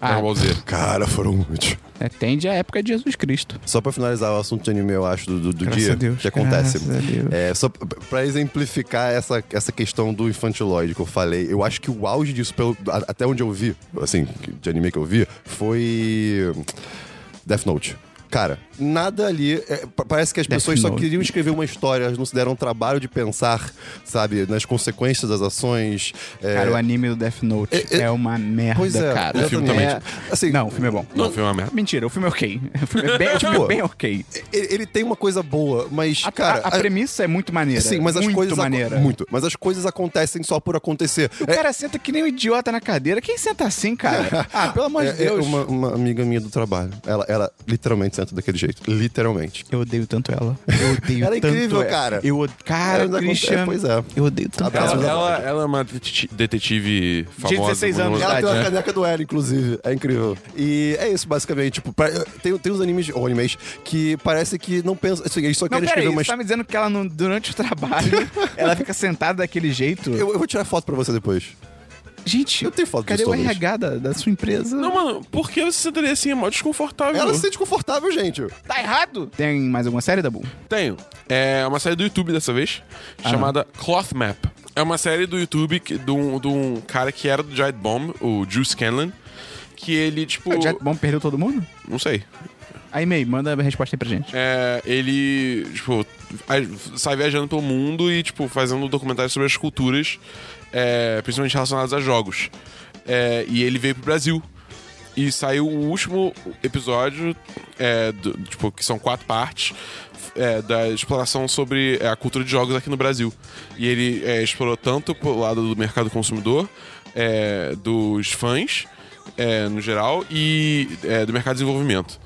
Speaker 1: Ah.
Speaker 3: Dragon Ball Z?
Speaker 2: Cara, foram muitos.
Speaker 1: É, tende à época de Jesus Cristo.
Speaker 2: Só pra finalizar o assunto de anime, eu acho, do, do- do
Speaker 1: Graças
Speaker 2: dia,
Speaker 1: a Deus,
Speaker 2: que acontece.
Speaker 1: graças a Deus.
Speaker 2: É, só p- pra exemplificar essa, essa questão do infantiloide que eu falei, eu acho que o auge disso, pelo- a- até onde eu vi, assim, de anime que eu vi, foi. Death Note. Cara, nada ali. é, pa- parece que as
Speaker 1: Death
Speaker 2: pessoas só
Speaker 1: Note.
Speaker 2: queriam escrever uma história, elas não se deram o trabalho de pensar, sabe, nas consequências das ações. é,
Speaker 1: Cara, o anime do Death Note é,
Speaker 2: É, é-
Speaker 1: uma merda,
Speaker 2: Pois é,
Speaker 1: cara.
Speaker 2: exatamente.
Speaker 3: O filme também,
Speaker 1: É-
Speaker 2: assim,
Speaker 1: não, o filme é bom.
Speaker 3: Não, foi uma merda.
Speaker 1: Mentira, o filme é ok. O filme é bem, o filme é
Speaker 2: Pô,
Speaker 1: bem ok.
Speaker 2: ele, ele tem uma coisa boa, mas,
Speaker 1: A,
Speaker 2: cara.
Speaker 1: a- a premissa é muito maneira.
Speaker 2: Sim, mas as
Speaker 1: muito
Speaker 2: coisas. aco-
Speaker 1: maneira.
Speaker 2: Muito. Mas as coisas acontecem só por acontecer.
Speaker 1: O cara senta que nem um idiota na cadeira. Quem senta assim, cara? Ah, pelo amor de
Speaker 2: É, é
Speaker 1: Deus.
Speaker 2: uma, uma amiga minha do trabalho. Ela, ela literalmente senta daquele jeito. Literalmente.
Speaker 1: Eu odeio tanto ela. Eu odeio
Speaker 2: Ela é
Speaker 1: tanto
Speaker 2: incrível,
Speaker 1: ela.
Speaker 2: cara.
Speaker 1: Eu odeio. Cara,
Speaker 2: Ela ainda
Speaker 1: Christian.
Speaker 2: acontece- pois é.
Speaker 1: Eu odeio tanto
Speaker 2: Abraço,
Speaker 1: ela.
Speaker 3: Ela,
Speaker 2: mas-
Speaker 3: ela, ela é uma deteti- detetive famosa.
Speaker 1: 16 anos de
Speaker 3: mano.
Speaker 2: Ela tem uma
Speaker 1: né?
Speaker 2: caneca do L, inclusive. É incrível. E é isso, basicamente. Tipo, pra- tem, tem uns animes, ou animes, que parece que não pensam. Assim, eles só
Speaker 1: Não,
Speaker 2: querem
Speaker 1: peraí,
Speaker 2: escrever
Speaker 1: você tá
Speaker 2: uma
Speaker 1: me dizendo que ela, não- durante o trabalho, ela fica sentada daquele jeito?
Speaker 2: eu, eu vou tirar foto pra você depois.
Speaker 1: Gente,
Speaker 2: Eu tenho foto
Speaker 1: cadê
Speaker 2: disso
Speaker 1: o
Speaker 2: todas.
Speaker 1: RH da, da sua empresa?
Speaker 3: Não, mano, por que você sentaria assim? É mó desconfortável.
Speaker 2: Ela se sente confortável, gente.
Speaker 1: tá errado! Tem mais alguma série, Dabu?
Speaker 3: Tenho. É uma série do YouTube dessa vez, chamada Cloth Map. É uma série do YouTube que- de um, de um cara que era do Giant Bomb, o Drew Scanlon, que ele, tipo...
Speaker 1: O Jet Bomb perdeu todo mundo?
Speaker 3: Não sei.
Speaker 1: Aí, May, manda a resposta aí pra gente.
Speaker 3: É, ele, tipo, a- sai viajando pelo mundo e, tipo, fazendo documentários sobre as culturas, é, principalmente relacionadas a jogos. É, e ele veio pro Brasil. E saiu o último episódio, é, do- tipo, que são quatro partes, é, da exploração sobre é, a cultura de jogos aqui no Brasil. E ele é, explorou tanto pelo lado do mercado consumidor, é, dos fãs, é, no geral, e é, do mercado de desenvolvimento.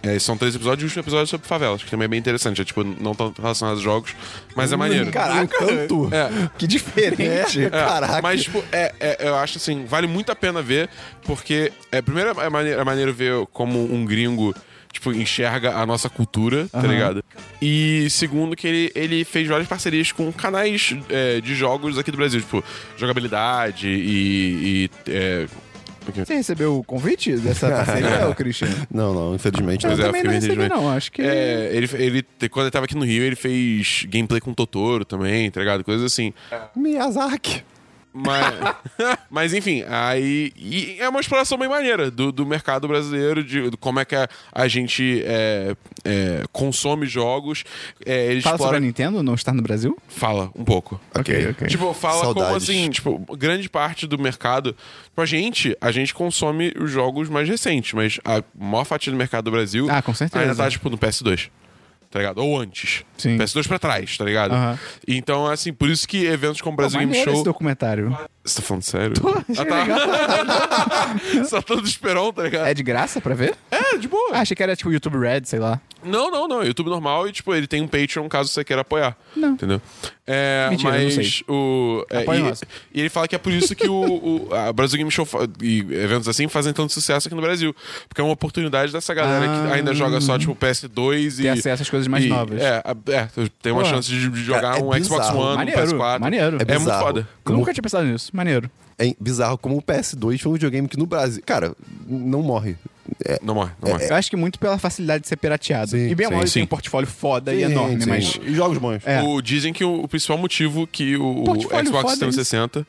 Speaker 3: É, são três episódios e o último episódio é sobre favelas, que também é bem interessante. É tipo, não tão relacionado aos jogos, mas é maneiro.
Speaker 2: Hum, Caraca. Tanto.
Speaker 3: É.
Speaker 1: um Que diferente!
Speaker 2: É,
Speaker 3: É,
Speaker 2: Caraca.
Speaker 3: Mas, tipo, é, é- eu acho assim, vale muito a pena ver, porque é, primeiro é maneiro, é maneiro ver como um gringo, tipo, enxerga a nossa cultura, tá ligado? E segundo, que ele, ele fez várias parcerias com canais é, de jogos aqui do Brasil, tipo, jogabilidade e. e, é, Ok.
Speaker 1: Você recebeu o convite dessa parceria, ô Christian?
Speaker 2: Não, não, infelizmente.
Speaker 1: Eu
Speaker 3: Pois
Speaker 2: não.
Speaker 3: é,
Speaker 1: também
Speaker 3: eu
Speaker 1: não
Speaker 3: fiquei meio
Speaker 1: recebi,
Speaker 3: indigente.
Speaker 1: não. Acho que.
Speaker 3: É, ele, ele, quando ele tava aqui no Rio, ele fez gameplay com Totoro também, tá ligado? Coisas assim.
Speaker 2: Miyazaki.
Speaker 3: Mas, mas enfim, aí e é uma exploração bem maneira do, do mercado brasileiro, de, do como é que a, a gente é, é, consome jogos. É, eles
Speaker 1: Fala sobre a
Speaker 3: exploram-
Speaker 1: Nintendo não estar no Brasil?
Speaker 3: Fala, um pouco.
Speaker 1: Ok, ok.
Speaker 3: Tipo, fala como
Speaker 2: Saudades.
Speaker 3: assim, tipo, grande parte do mercado. Tipo, a gente, a gente consome os jogos mais recentes, mas a maior fatia do mercado do Brasil
Speaker 1: Ah, com certeza.
Speaker 3: ainda tá, tipo, no PS2. Tá ligado? Ou antes.
Speaker 1: Sim.
Speaker 3: PS2 pra trás, tá ligado?
Speaker 1: Aham.
Speaker 3: Então, assim, por isso que eventos como o
Speaker 1: Pô,
Speaker 3: Brasil Game
Speaker 1: maneiro
Speaker 3: Show.
Speaker 1: esse documentário.
Speaker 3: Você tá falando sério?
Speaker 1: achei
Speaker 3: ah, tá. Só todo esperão, tá ligado?
Speaker 1: É de graça pra ver?
Speaker 3: É, de boa.
Speaker 1: Ah, achei que era tipo YouTube Red, sei lá.
Speaker 3: Não, não, não. YouTube normal e, tipo, ele tem um Patreon caso você queira apoiar.
Speaker 1: Não.
Speaker 3: Entendeu? É,
Speaker 1: Mentira, eu não
Speaker 3: mas
Speaker 1: sei.
Speaker 3: o. é,
Speaker 1: Apoia
Speaker 3: e-
Speaker 1: nós.
Speaker 3: e, ele fala que é por isso que o, o a Brasil Game Show fa- e eventos assim fazem tanto sucesso aqui no Brasil. Porque é uma oportunidade dessa galera que
Speaker 1: Ah.
Speaker 3: ainda joga só, tipo, PS2 e.
Speaker 1: Ter acesso às coisas mais
Speaker 3: e-
Speaker 1: novas.
Speaker 3: É, a- é, tem uma
Speaker 1: Pô.
Speaker 3: chance de, de jogar
Speaker 2: Cara, é
Speaker 3: um Xbox
Speaker 2: bizarro.
Speaker 3: One,
Speaker 1: Maneiro,
Speaker 3: um PS4.
Speaker 1: maneiro. É
Speaker 3: É, muito
Speaker 2: bizarro.
Speaker 3: foda.
Speaker 2: Como-
Speaker 1: Nunca tinha pensado nisso. Maneiro.
Speaker 2: É bizarro como o PS2 foi um videogame que no Brasil. Cara, não morre. É,
Speaker 3: Não morre, não morre.
Speaker 1: Eu acho que muito pela facilidade de ser pirateado.
Speaker 2: Sim,
Speaker 1: e bem
Speaker 3: sim,
Speaker 1: mal ele
Speaker 3: sim.
Speaker 1: tem um portfólio foda e enorme,
Speaker 2: sim.
Speaker 1: mas.
Speaker 2: E Jogos bons.
Speaker 1: É.
Speaker 3: O- dizem que o, o principal motivo que o, o
Speaker 1: Portfólio
Speaker 3: Xbox
Speaker 1: foda
Speaker 3: 360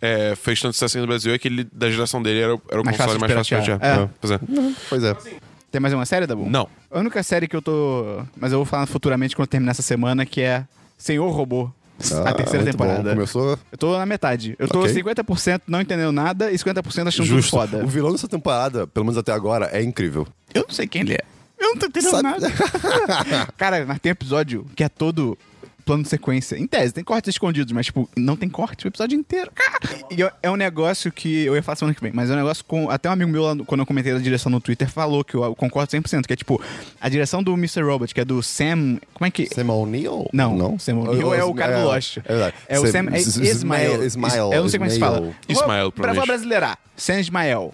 Speaker 3: é, fez tanto sucesso aqui no Brasil é que ele, da geração dele, era, o- era o
Speaker 1: Mais
Speaker 3: console
Speaker 1: fácil de
Speaker 3: mais fácil de
Speaker 1: piratear.
Speaker 3: piratear.
Speaker 1: É.
Speaker 3: É, pois é.
Speaker 2: Pois é.
Speaker 1: Tem mais uma série, Dabu?
Speaker 3: Não.
Speaker 1: A única série que eu tô. Mas eu vou falar futuramente quando terminar essa semana, que é Senhor Robô. a
Speaker 2: Ah,
Speaker 1: terceira
Speaker 2: muito bom.
Speaker 1: temporada.
Speaker 2: Começou
Speaker 1: Eu tô na metade. Eu tô
Speaker 2: Ok.
Speaker 1: 50% não entendendo nada e 50% achando
Speaker 2: justo.
Speaker 1: tudo um foda.
Speaker 2: O vilão dessa temporada, pelo menos até agora, é incrível.
Speaker 1: Eu não sei quem ele é. Eu não tô entendendo
Speaker 2: Sabe-
Speaker 1: nada. Cara, mas tem episódio que é todo plano de sequência. Em tese, tem cortes escondidos, mas, tipo, não tem corte o episódio inteiro. Ah! E eu- é um negócio que eu ia falar semana que vem, mas é um negócio com. Até um amigo meu, lá no- quando eu comentei da direção no Twitter, falou que eu concordo 100%, que é tipo, a direção do Mr. Robot, que é do Sam. Como é que.
Speaker 2: Sam O'Neill?
Speaker 1: Não, Sam O'Neill é o cara do Lost.
Speaker 2: É verdade.
Speaker 1: É o Sam é Ismael.
Speaker 2: Ismael.
Speaker 1: Eu não sei como é que se fala. Vou- Pra
Speaker 3: Ismael,
Speaker 1: falar
Speaker 3: provavelmente.
Speaker 1: brasileirar, Sam Ismael.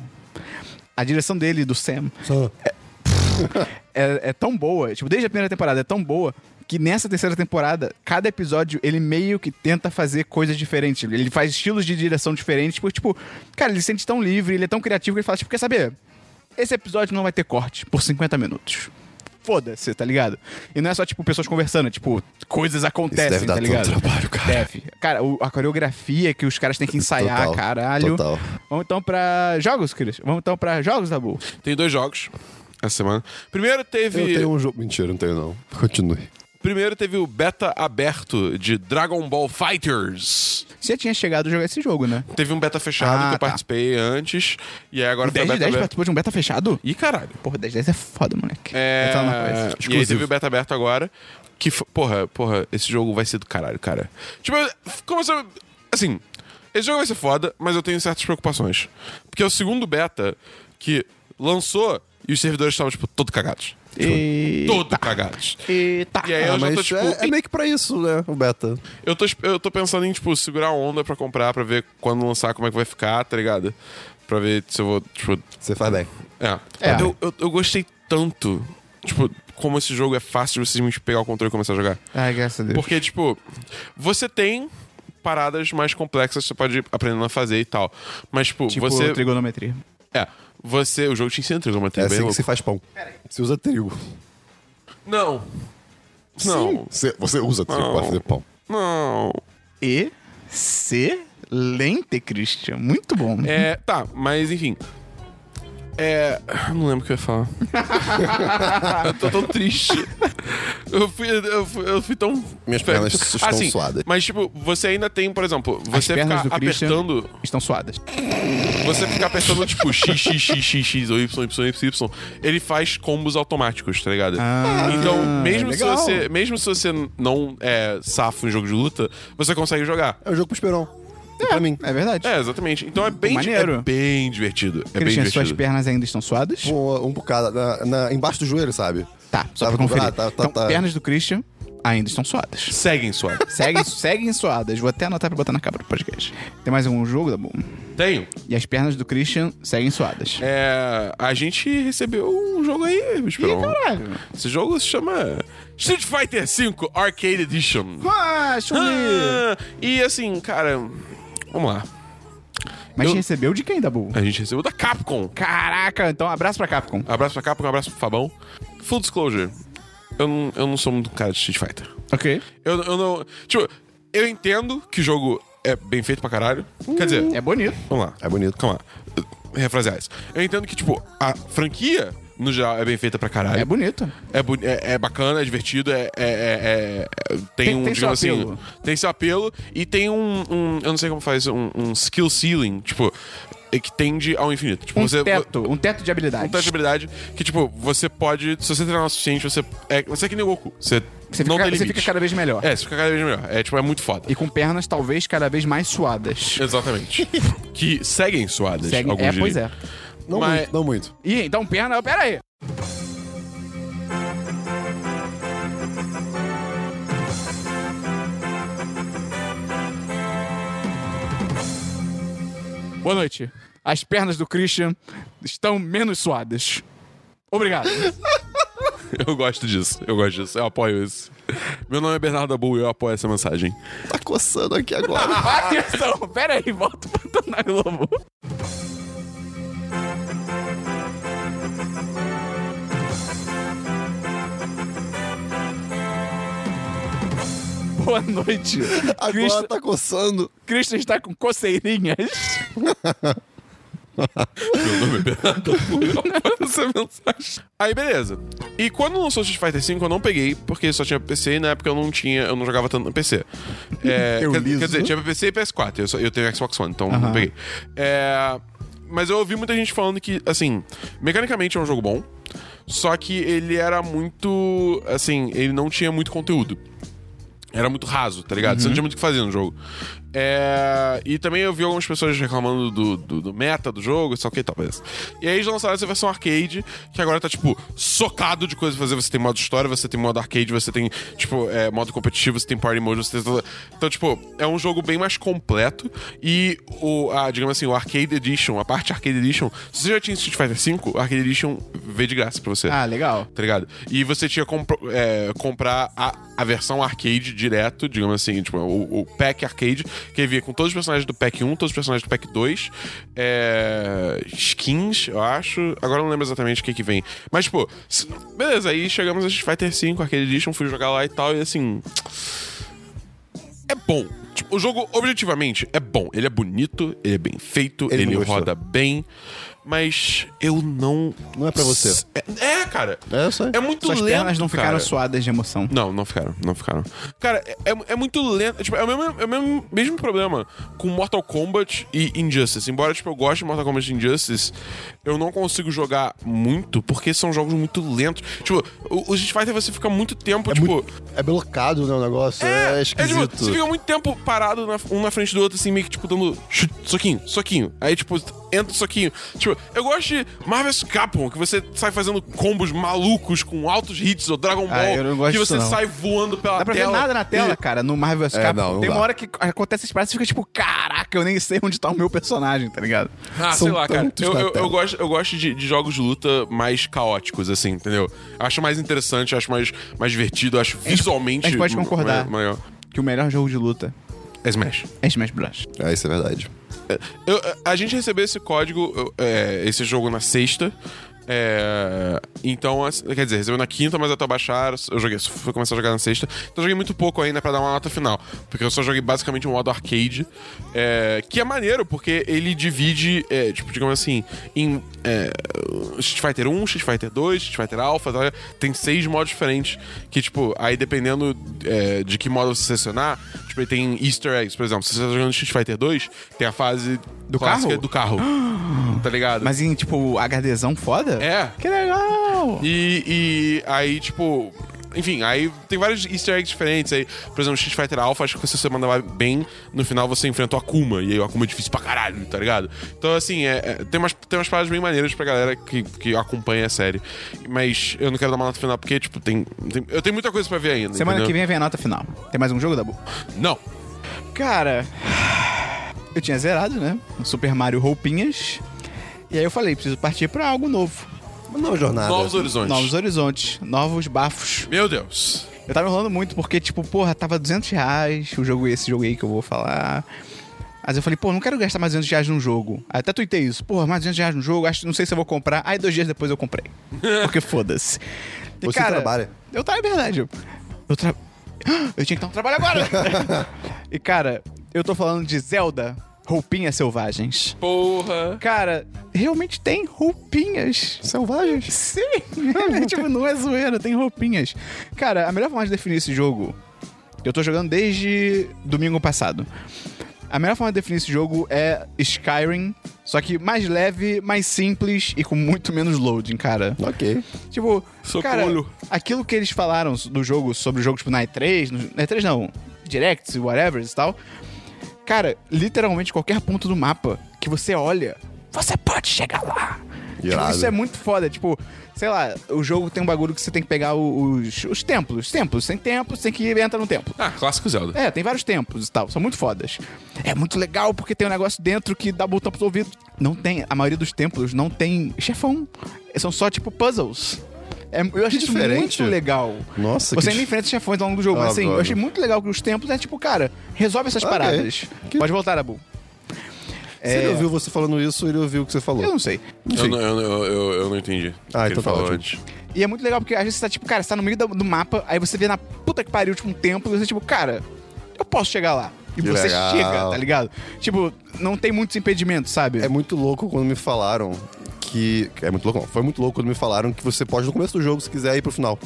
Speaker 1: A direção dele, do Sam, é, é tão boa, tipo, desde a primeira temporada é tão boa, que nessa terceira temporada, cada episódio, ele meio que tenta fazer coisas diferentes. Ele faz estilos de direção diferentes, porque, tipo, cara, ele se sente tão livre, ele é tão criativo que ele fala, tipo, quer saber? Esse episódio não vai ter corte por 50 minutos. Foda-se, tá ligado? E não é só, tipo, pessoas conversando, é, tipo, coisas acontecem,
Speaker 2: deve dar
Speaker 1: tá ligado?
Speaker 2: tanto trabalho, cara.
Speaker 1: Deve. Cara, o- a coreografia que os caras têm que ensaiar,
Speaker 2: Total,
Speaker 1: caralho.
Speaker 2: total.
Speaker 1: Vamos então pra jogos, Cris? Vamos então pra jogos, Dabu?
Speaker 3: Tem dois jogos essa semana. Primeiro
Speaker 2: Eu
Speaker 3: teve,
Speaker 2: tenho um jogo. Mentira, não tenho não. Continue.
Speaker 3: primeiro teve o beta aberto de Dragon Ball Fighters.
Speaker 1: Você tinha chegado a jogar esse jogo, né?
Speaker 3: Teve um beta fechado
Speaker 1: Ah,
Speaker 3: que
Speaker 1: tá.
Speaker 3: eu participei antes. E aí agora foi
Speaker 1: 10 de
Speaker 3: beta
Speaker 1: 10
Speaker 3: aberto.
Speaker 1: participou de um beta fechado?
Speaker 3: Ih, caralho.
Speaker 1: Porra, 10 de 10 é foda, moleque.
Speaker 3: É,
Speaker 1: Então, uma coisa.
Speaker 3: e aí
Speaker 2: Exclusivo.
Speaker 3: teve o beta aberto agora. Que, fo- porra, porra, esse jogo vai ser do caralho, cara. Tipo, começou. Assim, esse jogo vai ser foda, mas eu tenho certas preocupações. Porque é o segundo beta que lançou e os servidores estavam, tipo, todo cagados.
Speaker 1: E...
Speaker 3: Todo cagados.
Speaker 1: Eita.
Speaker 3: E aí eu
Speaker 2: Ah,
Speaker 3: já
Speaker 2: mas
Speaker 3: tô, tipo,
Speaker 2: é, é meio que pra isso, né? O beta.
Speaker 3: Eu tô, eu tô pensando em, tipo, segurar a onda pra comprar, pra ver quando lançar, como é que vai ficar, tá ligado? Pra ver se eu vou, tipo...
Speaker 2: Você faz bem.
Speaker 3: É.
Speaker 1: É.
Speaker 3: Eu, eu, eu gostei tanto, tipo, como esse jogo é fácil de você simplesmente pegar o controle e começar a jogar.
Speaker 1: Ai, graças a Deus.
Speaker 3: Porque, tipo, você tem paradas mais complexas que você pode ir aprendendo a fazer e tal. Mas, tipo,
Speaker 1: Tipo,
Speaker 3: você...
Speaker 1: trigonometria.
Speaker 3: É, você... O jogo te ensina
Speaker 2: É
Speaker 3: trigonometria, bem
Speaker 2: assim que
Speaker 3: louco.
Speaker 2: se faz pão. Você usa trigo.
Speaker 3: Não. Não.
Speaker 2: Você, você usa trigo
Speaker 3: Não.
Speaker 2: pra fazer pão.
Speaker 3: Não.
Speaker 1: Excelente, Christian. Muito bom.
Speaker 3: É, tá, mas enfim. É. Não lembro o que eu ia falar. eu tô tão triste. Eu fui, eu fui, eu fui tão.
Speaker 2: Minhas pernas estão
Speaker 3: assim,
Speaker 2: suadas.
Speaker 3: Mas, tipo, você ainda tem, por exemplo,
Speaker 1: As
Speaker 3: você
Speaker 1: pernas
Speaker 3: ficar
Speaker 1: do Christian
Speaker 3: apertando.
Speaker 1: estão suadas.
Speaker 3: Você ficar apertando, tipo, X, X, X, X, X, ou Y, Y, Y, Y, ele faz combos automáticos, tá ligado?
Speaker 1: Ah,
Speaker 3: então, mesmo se,
Speaker 1: legal.
Speaker 3: você, mesmo se você não é safo em jogo de luta, você consegue jogar.
Speaker 2: É um jogo pro Esperon. É, pra mim.
Speaker 1: É verdade.
Speaker 3: É, exatamente. Então é bem, di-
Speaker 1: Maneiro.
Speaker 3: é bem divertido. É bem
Speaker 1: Christian,
Speaker 3: divertido.
Speaker 1: suas pernas ainda estão suadas?
Speaker 2: Pô, um bocado. Na, na- embaixo do joelho, sabe?
Speaker 1: Tá, só
Speaker 2: Tava
Speaker 1: pra conferir.
Speaker 2: com- ah, tá, tá,
Speaker 1: então,
Speaker 2: tá.
Speaker 1: pernas do Christian ainda estão suadas.
Speaker 3: Seguem suave.
Speaker 1: Seguem, seguem suadas. Vou até anotar pra botar na capa do podcast. Tem mais algum jogo, Dabu?
Speaker 3: Tenho.
Speaker 1: E as pernas do Christian seguem suadas.
Speaker 3: É, a gente recebeu um jogo aí, Esperon.
Speaker 1: caralho.
Speaker 3: Esse jogo se chama Street Fighter V Arcade Edition.
Speaker 1: Ah, Chun-Li!
Speaker 3: Ah, e assim, cara, vamos lá.
Speaker 1: Mas
Speaker 3: Eu-
Speaker 1: recebeu de quem, Dabu?
Speaker 3: A gente recebeu da Capcom.
Speaker 1: Caraca, então abraço pra Capcom.
Speaker 3: Abraço pra Capcom, abraço pro Fabão. Full disclosure. Eu não, eu não sou muito um cara de Street Fighter.
Speaker 1: Ok.
Speaker 3: Eu, eu não. Tipo, eu entendo que o jogo é bem feito pra caralho. Quer dizer,
Speaker 1: É bonito.
Speaker 3: Vamos lá.
Speaker 2: É bonito.
Speaker 3: Calma lá. Refrasear isso. Eu entendo que, tipo, a franquia, no geral, é bem feita pra caralho.
Speaker 1: É bonito.
Speaker 3: É, boni- é- é bacana, é divertido, é, é- é- é- é- tem,
Speaker 1: Tem-
Speaker 3: um,
Speaker 1: tem seu
Speaker 3: digamos assim,
Speaker 1: apelo.
Speaker 3: tem seu apelo e tem um, um- eu não sei como faz, um, um skill ceiling, tipo, é que tende ao infinito. Tipo,
Speaker 1: Um
Speaker 3: você,
Speaker 1: teto, um teto de
Speaker 3: um
Speaker 1: habilidade.
Speaker 3: teste de habilidade que, tipo, você pode, se você treinar o suficiente, você é, você é que nem o Goku, você,
Speaker 1: Você
Speaker 3: não
Speaker 1: fica,
Speaker 3: tem
Speaker 1: você
Speaker 3: limite.
Speaker 1: fica cada vez melhor.
Speaker 3: É, você fica cada vez melhor. É, tipo, é muito foda.
Speaker 1: E com pernas talvez cada vez mais suadas.
Speaker 3: Exatamente. que seguem suadas,
Speaker 1: Segue-
Speaker 3: alguns
Speaker 1: É,
Speaker 3: diriam.
Speaker 1: pois é.
Speaker 2: Não
Speaker 3: Mas-
Speaker 2: muito, não muito.
Speaker 1: Ih, então perna. Pera aí. Boa noite. As pernas do Christian estão menos suadas. Obrigado.
Speaker 3: Eu gosto disso, eu gosto disso, eu apoio isso. Meu nome é Bernardo Abu e eu apoio essa mensagem.
Speaker 2: Tá coçando aqui agora.
Speaker 1: Atenção, pera aí, volta pro Dona Globo. Boa noite.
Speaker 2: Agora
Speaker 1: Christian,
Speaker 2: tá coçando.
Speaker 1: Christian está com coceirinhas.
Speaker 3: Meu nome é Bernardo Abu e eu apoio essa mensagem. Aí, beleza. E quando lançou Street Fighter V, eu não peguei, porque só tinha PC e na época eu não tinha, eu não jogava tanto no PC. É,
Speaker 1: Eu
Speaker 3: quer,
Speaker 1: liso.
Speaker 3: quer dizer, tinha pra PC e PS4, eu, só- eu tenho Xbox One, então não peguei. É, mas eu ouvi muita gente falando que, assim, mecanicamente é um jogo bom, só que ele era muito, assim, ele não tinha muito conteúdo. Era muito raso, tá ligado? Você não tinha muito o que fazer no jogo. É, E também eu vi algumas pessoas reclamando do, do, do meta do jogo, só que e tal, beleza. E aí eles lançaram essa versão arcade, que agora tá, tipo, socado de coisa pra fazer. Você tem modo história, você tem modo arcade, você tem, tipo, é, modo competitivo, você tem party mode, você tem... Então, tipo, é um jogo bem mais completo. E, o, a, digamos assim, o Arcade Edition, a parte Arcade Edition... Se você já tinha Street Fighter V, o Arcade Edition veio de graça pra você
Speaker 1: Ah, legal.
Speaker 3: tá ligado? E você tinha que comprar a, a versão arcade direto, digamos assim, tipo, o, o pack arcade, que vinha com todos os personagens do pack 1, todos os personagens do pack 2, é, skins, eu acho. Agora eu não lembro exatamente o que que vem. Mas, tipo, s- beleza, aí chegamos a Street Fighter 5, Arcade Edition, fui jogar lá e tal, e assim, é bom. Tipo, o jogo, objetivamente, é bom. Ele é bonito, ele é bem feito,
Speaker 2: Ele
Speaker 3: ele,
Speaker 2: me gostou.
Speaker 3: roda bem. Mas eu não.
Speaker 2: Não é pra você.
Speaker 3: É, é, cara.
Speaker 2: É, eu sei.
Speaker 3: É muito
Speaker 1: Suas
Speaker 3: lento.
Speaker 1: pernas não ficaram
Speaker 3: cara.
Speaker 1: suadas de emoção.
Speaker 3: Não, não ficaram, não ficaram. Cara, é, é muito lento. Tipo, é o, mesmo, é o mesmo, mesmo problema com Mortal Kombat e Injustice. Embora, tipo, eu goste de Mortal Kombat e Injustice, eu não consigo jogar muito, porque são jogos muito lentos. Tipo, o, o Street Fighter você fica muito tempo, tipo.
Speaker 2: É blocado, né, o negócio. É, esquisito.
Speaker 3: É, tipo, você fica muito tempo parado na- um na frente do outro, assim, meio que, tipo, dando chute, soquinho, soquinho. Aí, tipo, entra o soquinho. Tipo, eu gosto de Marvel's Capcom, que você sai fazendo combos malucos com altos hits, ou Dragon Ball,
Speaker 1: Ah, eu não gosto
Speaker 3: que você
Speaker 1: disso, não.
Speaker 3: sai voando pela
Speaker 1: Dá pra ver
Speaker 3: tela.
Speaker 1: nada na tela,
Speaker 3: E-
Speaker 1: cara, no Marvel vs.
Speaker 2: É,
Speaker 1: Capcom.
Speaker 2: não, não
Speaker 1: Tem uma
Speaker 2: dá.
Speaker 1: hora que acontece esse prazo e fica tipo, caraca, eu nem sei onde tá o meu personagem, tá ligado?
Speaker 3: Ah,
Speaker 2: São
Speaker 3: sei lá, cara.
Speaker 2: tantos
Speaker 3: Eu,
Speaker 2: na
Speaker 3: eu,
Speaker 2: tela.
Speaker 3: eu gosto, eu gosto de, de jogos de luta mais caóticos, assim, entendeu? Acho mais interessante, acho mais, mais divertido, acho visualmente.
Speaker 1: a gente pode
Speaker 3: ma-
Speaker 1: concordar.
Speaker 3: ma- maior.
Speaker 1: Que o melhor jogo de luta
Speaker 3: É Smash.
Speaker 1: é Smash Bros.
Speaker 2: É, isso é verdade.
Speaker 3: Eu- a gente recebeu esse código, eu- é, esse jogo na sexta. É, então, assim, quer dizer, recebeu na quinta, mas até baixar, eu joguei, fui começar a jogar na sexta. Então, eu joguei muito pouco ainda pra dar uma nota final. Porque eu só joguei basicamente um modo arcade. é, que é maneiro, porque ele divide, é, tipo, digamos assim, em é, Street Fighter 1, Street Fighter 2, Street Fighter Alpha. tá? Tem seis modos diferentes. Que, tipo, aí dependendo é, de que modo você selecionar, tipo, ele tem Easter eggs, por exemplo. Se você tá jogando Street Fighter 2, tem a fase
Speaker 1: Do
Speaker 3: clássica
Speaker 1: carro?
Speaker 3: do carro. tá ligado?
Speaker 1: Mas em, tipo, HDzão foda?
Speaker 3: É.
Speaker 1: Que legal!
Speaker 3: E, e aí, tipo. Enfim, aí tem vários easter eggs diferentes aí. Por exemplo, Street Fighter Alpha, acho que se você mandava bem, no final você enfrenta o Akuma. E aí o Akuma é difícil pra caralho, tá ligado? Então, assim, é, é- tem, umas, tem umas paradas bem maneiras pra galera que, que acompanha a série. Mas eu não quero dar uma nota final, porque, tipo, tem. tem- eu tenho muita coisa pra ver ainda.
Speaker 1: Semana que
Speaker 3: entendeu?
Speaker 1: vem vem a nota final. Tem mais um jogo, Dabu?
Speaker 3: Não.
Speaker 1: Cara, eu tinha zerado, né? O Super Mario Roupinhas. E aí eu falei, preciso partir pra algo novo.
Speaker 2: Mas não é uma jornada.
Speaker 3: Novos Horizontes.
Speaker 1: Novos horizontes, novos bafos.
Speaker 3: Meu Deus.
Speaker 1: Eu tava enrolando muito, porque, tipo, porra, tava 200 reais o jogo, esse jogo aí que eu vou falar. Mas eu falei, pô, não quero gastar mais 200 reais num jogo. Aí até tuitei isso. Pô, mais 200 reais num jogo, acho, não sei se eu vou comprar. Aí dois dias depois eu comprei. Porque foda-se. E,
Speaker 2: Você trabalha.
Speaker 1: Eu trabalho, é verdade. Eu, eu tra... Eu tinha que dar um trabalho agora! e, cara, eu tô falando de Zelda, roupinhas selvagens.
Speaker 3: Porra.
Speaker 1: Cara, realmente tem roupinhas.
Speaker 2: Selvagens.
Speaker 1: Sim! tipo, não é zoeira, tem roupinhas. Cara, a melhor forma de definir esse jogo. Eu tô jogando desde domingo passado. A melhor forma de definir esse jogo é Skyrim, só que mais leve, mais simples e com muito menos loading, cara.
Speaker 2: Ok.
Speaker 1: Tipo,
Speaker 3: Socorro.
Speaker 1: cara, aquilo que eles falaram do jogo, sobre o jogo, tipo, na E3, no, na E3 não, Directs, whatever e tal. Cara, literalmente qualquer ponto do mapa que você olha, você pode chegar lá. Tipo,
Speaker 2: Irado.
Speaker 1: isso é muito foda. Tipo, sei lá, o jogo tem um bagulho que você tem que pegar o- os, os templos. Templos, sem templos, tem que entrar no templo.
Speaker 3: Ah, clássico Zelda.
Speaker 1: É, tem vários templos e tal, são muito fodas. É muito legal porque tem um negócio dentro que dá botão pros ouvidos. Não tem, a maioria dos templos não tem chefão. São só tipo puzzles. É, eu achei isso
Speaker 2: diferente.
Speaker 1: muito legal.
Speaker 2: Nossa,
Speaker 1: Você
Speaker 2: que
Speaker 1: ainda
Speaker 2: dif-
Speaker 1: enfrenta chefões ao longo do jogo,
Speaker 2: Ah,
Speaker 1: mas assim, eu
Speaker 2: adoro.
Speaker 1: achei muito legal que os templos é tipo, cara, resolve essas
Speaker 2: Ok.
Speaker 1: paradas.
Speaker 2: Ah, é? Que-
Speaker 1: Pode voltar, Abu.
Speaker 2: Se ele ouviu você falando isso, ele ouviu o que você falou.
Speaker 1: Eu não sei.
Speaker 3: Eu, não- eu, não- eu, eu não entendi. o que
Speaker 2: Ah,
Speaker 3: ele
Speaker 2: então tá
Speaker 3: falou
Speaker 2: ótimo.
Speaker 3: antes.
Speaker 1: E é muito legal porque às vezes você tá tipo, cara, você tá no meio do, do mapa, aí você vê na puta que pariu, tipo, um templo, e você tipo, cara, eu posso chegar lá. E
Speaker 2: Que
Speaker 1: você
Speaker 2: legal.
Speaker 1: chega, tá ligado? Tipo, não tem muitos impedimentos, sabe?
Speaker 2: É muito louco quando me falaram que. É muito louco, não. Foi muito louco quando me falaram que você pode, no começo do jogo, se quiser, ir pro final.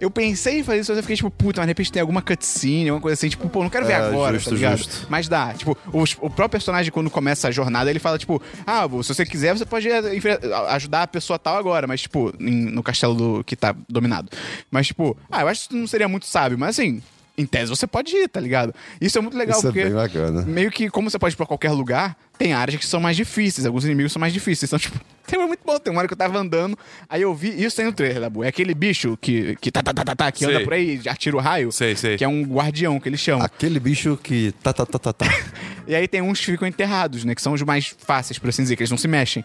Speaker 1: Eu pensei em fazer isso, mas eu fiquei tipo, puta, mas de repente tem alguma cutscene, alguma coisa assim, tipo, pô, não quero ver
Speaker 2: É,
Speaker 1: agora,
Speaker 2: justo,
Speaker 1: tá ligado?
Speaker 2: justo.
Speaker 1: Mas dá, tipo, os- o, próprio personagem quando começa a jornada, ele fala tipo, ah, vô, se você quiser, você pode eh, enfre- ajudar a pessoa tal agora, mas tipo, em- no castelo do- que tá dominado. Mas tipo, ah, eu acho que isso não seria muito sábio, mas assim, em tese você pode ir, tá ligado? Isso é muito legal
Speaker 2: Isso é
Speaker 1: porque
Speaker 2: bem bacana.
Speaker 1: meio que como você pode ir pra qualquer lugar, tem áreas que são mais difíceis, alguns inimigos são mais difíceis. Então, tipo, tem uma muito bom. Tem uma hora que eu tava andando, aí eu vi isso aí no trailer, Dabu. É aquele bicho que, que, tá, tá, tá, tá, tá, que anda
Speaker 3: Sei.
Speaker 1: por aí, atira o raio.
Speaker 3: Sei, sei.
Speaker 1: Que é um guardião que eles chamam.
Speaker 2: Aquele bicho que. Tá, tá, tá, tá, tá.
Speaker 1: E aí tem uns que ficam enterrados, né? Que são os mais fáceis, por assim dizer, que eles não se mexem.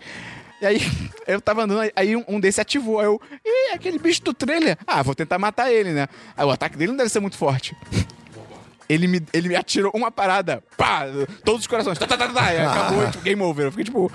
Speaker 1: E aí, eu tava andando, aí um, um desse ativou. Aí eu, ih, aquele bicho do trailer. Ah, vou tentar matar ele, né? Aí o ataque dele não deve ser muito forte. Ele me, ele me atirou uma parada. Pá! Todos os corações. Tá, tá, tá, tá, e acabou, tipo, game over. Eu fiquei tipo.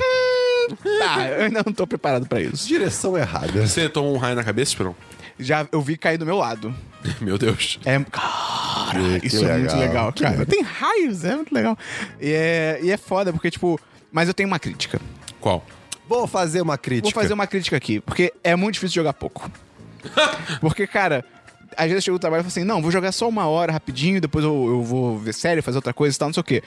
Speaker 1: hum, tá, eu ainda não tô preparado pra isso.
Speaker 2: Direção errada.
Speaker 3: Você tomou um raio na cabeça, Esperão?
Speaker 1: Já eu vi cair do meu lado.
Speaker 3: Meu Deus.
Speaker 1: É, cara,
Speaker 2: Que-
Speaker 1: isso
Speaker 2: que
Speaker 1: é muito
Speaker 2: legal,
Speaker 1: legal,
Speaker 2: que
Speaker 1: cara.
Speaker 2: legal.
Speaker 1: Tem raios, é muito legal. E é, e é foda, porque, tipo. Mas eu tenho uma crítica.
Speaker 3: Qual?
Speaker 2: Vou fazer uma
Speaker 1: Vou
Speaker 2: crítica.
Speaker 1: fazer uma crítica aqui, porque é muito difícil jogar pouco. Porque, cara, às vezes eu chego do trabalho e falo assim: não, vou jogar só uma hora rapidinho, depois eu, eu vou ver série, fazer outra coisa e tal, não sei o quê.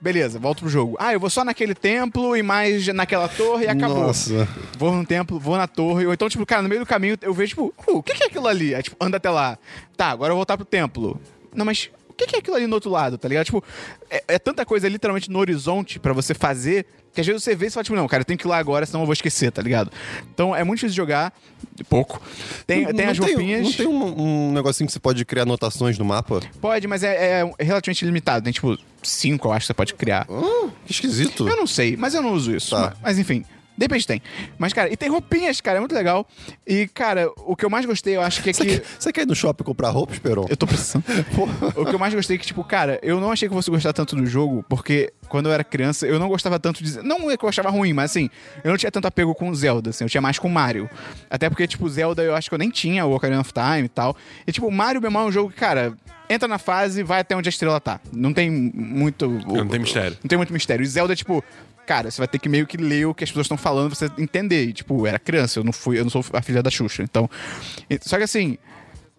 Speaker 1: Beleza, volto pro jogo. Ah, eu vou só naquele templo e mais naquela torre e acabou.
Speaker 2: Nossa.
Speaker 1: Vou num templo, vou na torre. Ou então, tipo, cara, no meio do caminho eu vejo, tipo, "Uh, o que que é aquilo ali? Aí, tipo, anda até lá. Tá, agora eu vou voltar pro templo. Não, mas o que que é aquilo ali no outro lado, tá ligado? Tipo, é, é tanta coisa literalmente no horizonte pra você fazer que às vezes você vê e você fala, tipo, não, cara, eu tenho que ir lá agora, senão eu vou esquecer, tá ligado? Então é muito difícil jogar, pouco. Tem, tem as roupinhas.
Speaker 2: Não tem um, um negocinho que você pode criar anotações no mapa?
Speaker 1: Pode, mas é, é relativamente limitado. Tem, tipo, cinco, eu acho, que você pode criar.
Speaker 2: Hum, que esquisito.
Speaker 1: Eu não sei, mas eu não uso isso.
Speaker 2: Tá.
Speaker 1: Mas, mas, enfim, depende tem. Mas, cara, e tem roupinhas, cara, é muito legal. E, cara, o que eu mais gostei, eu acho que é
Speaker 2: Você,
Speaker 1: que.
Speaker 2: quer, você quer ir no shopping comprar roupa, Esperon?
Speaker 1: Eu tô precisando. o que eu mais gostei é que, tipo, cara, eu não achei que eu fosse gostar tanto do jogo, porque quando eu era criança, eu não gostava tanto de. Não é que eu achava ruim, mas assim, eu não tinha tanto apego com Zelda, assim, eu tinha mais com Mario. Até porque, tipo, Zelda eu acho que eu nem tinha o Ocarina of Time e tal. E, tipo, Mario mesmo é um jogo que, cara, entra na fase, vai até onde a estrela tá. Não tem muito.
Speaker 3: Não tem mistério.
Speaker 1: Não tem muito mistério. E Zelda, é tipo, cara, você vai ter que meio que ler o que as pessoas estão falando pra você entender. E, tipo, eu era criança, eu não fui, eu não sou a filha da Xuxa. Então. e- Só que assim,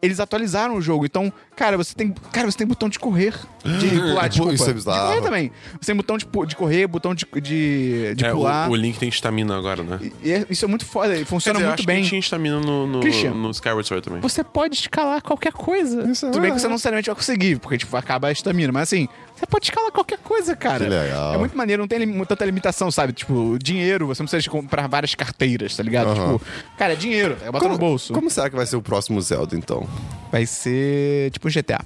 Speaker 1: eles atualizaram o jogo. Então, cara, você tem. Cara, você tem botão de correr. De pular, desculpa.
Speaker 2: isso é
Speaker 1: De
Speaker 2: bizarro.
Speaker 1: correr também. Você tem botão de, pu- de correr, botão de, de, de
Speaker 3: É,
Speaker 1: pular.
Speaker 3: o, o Link tem estamina agora, né?
Speaker 1: E- E é- isso é muito foda, e
Speaker 3: Quer
Speaker 1: funciona
Speaker 3: dizer, eu
Speaker 1: muito
Speaker 3: acho
Speaker 1: bem.
Speaker 3: que tinha estamina no, no,
Speaker 1: Christian.
Speaker 3: no Skyward Sword também.
Speaker 1: Você pode escalar qualquer coisa.
Speaker 2: Isso é
Speaker 1: Tudo bem que
Speaker 2: verdade.
Speaker 1: você não necessariamente vai conseguir, porque tipo, acaba a estamina, mas assim, você pode escalar qualquer coisa, cara.
Speaker 2: Que legal.
Speaker 1: É muito maneiro, não tem lim- tanta limitação, sabe? Tipo, dinheiro, você não precisa de comprar várias carteiras, tá ligado?
Speaker 2: Aham.
Speaker 1: Tipo, cara, é dinheiro, é botar
Speaker 2: como,
Speaker 1: no bolso.
Speaker 2: como será que vai ser o próximo Zelda, então?
Speaker 1: Vai ser tipo um GTA.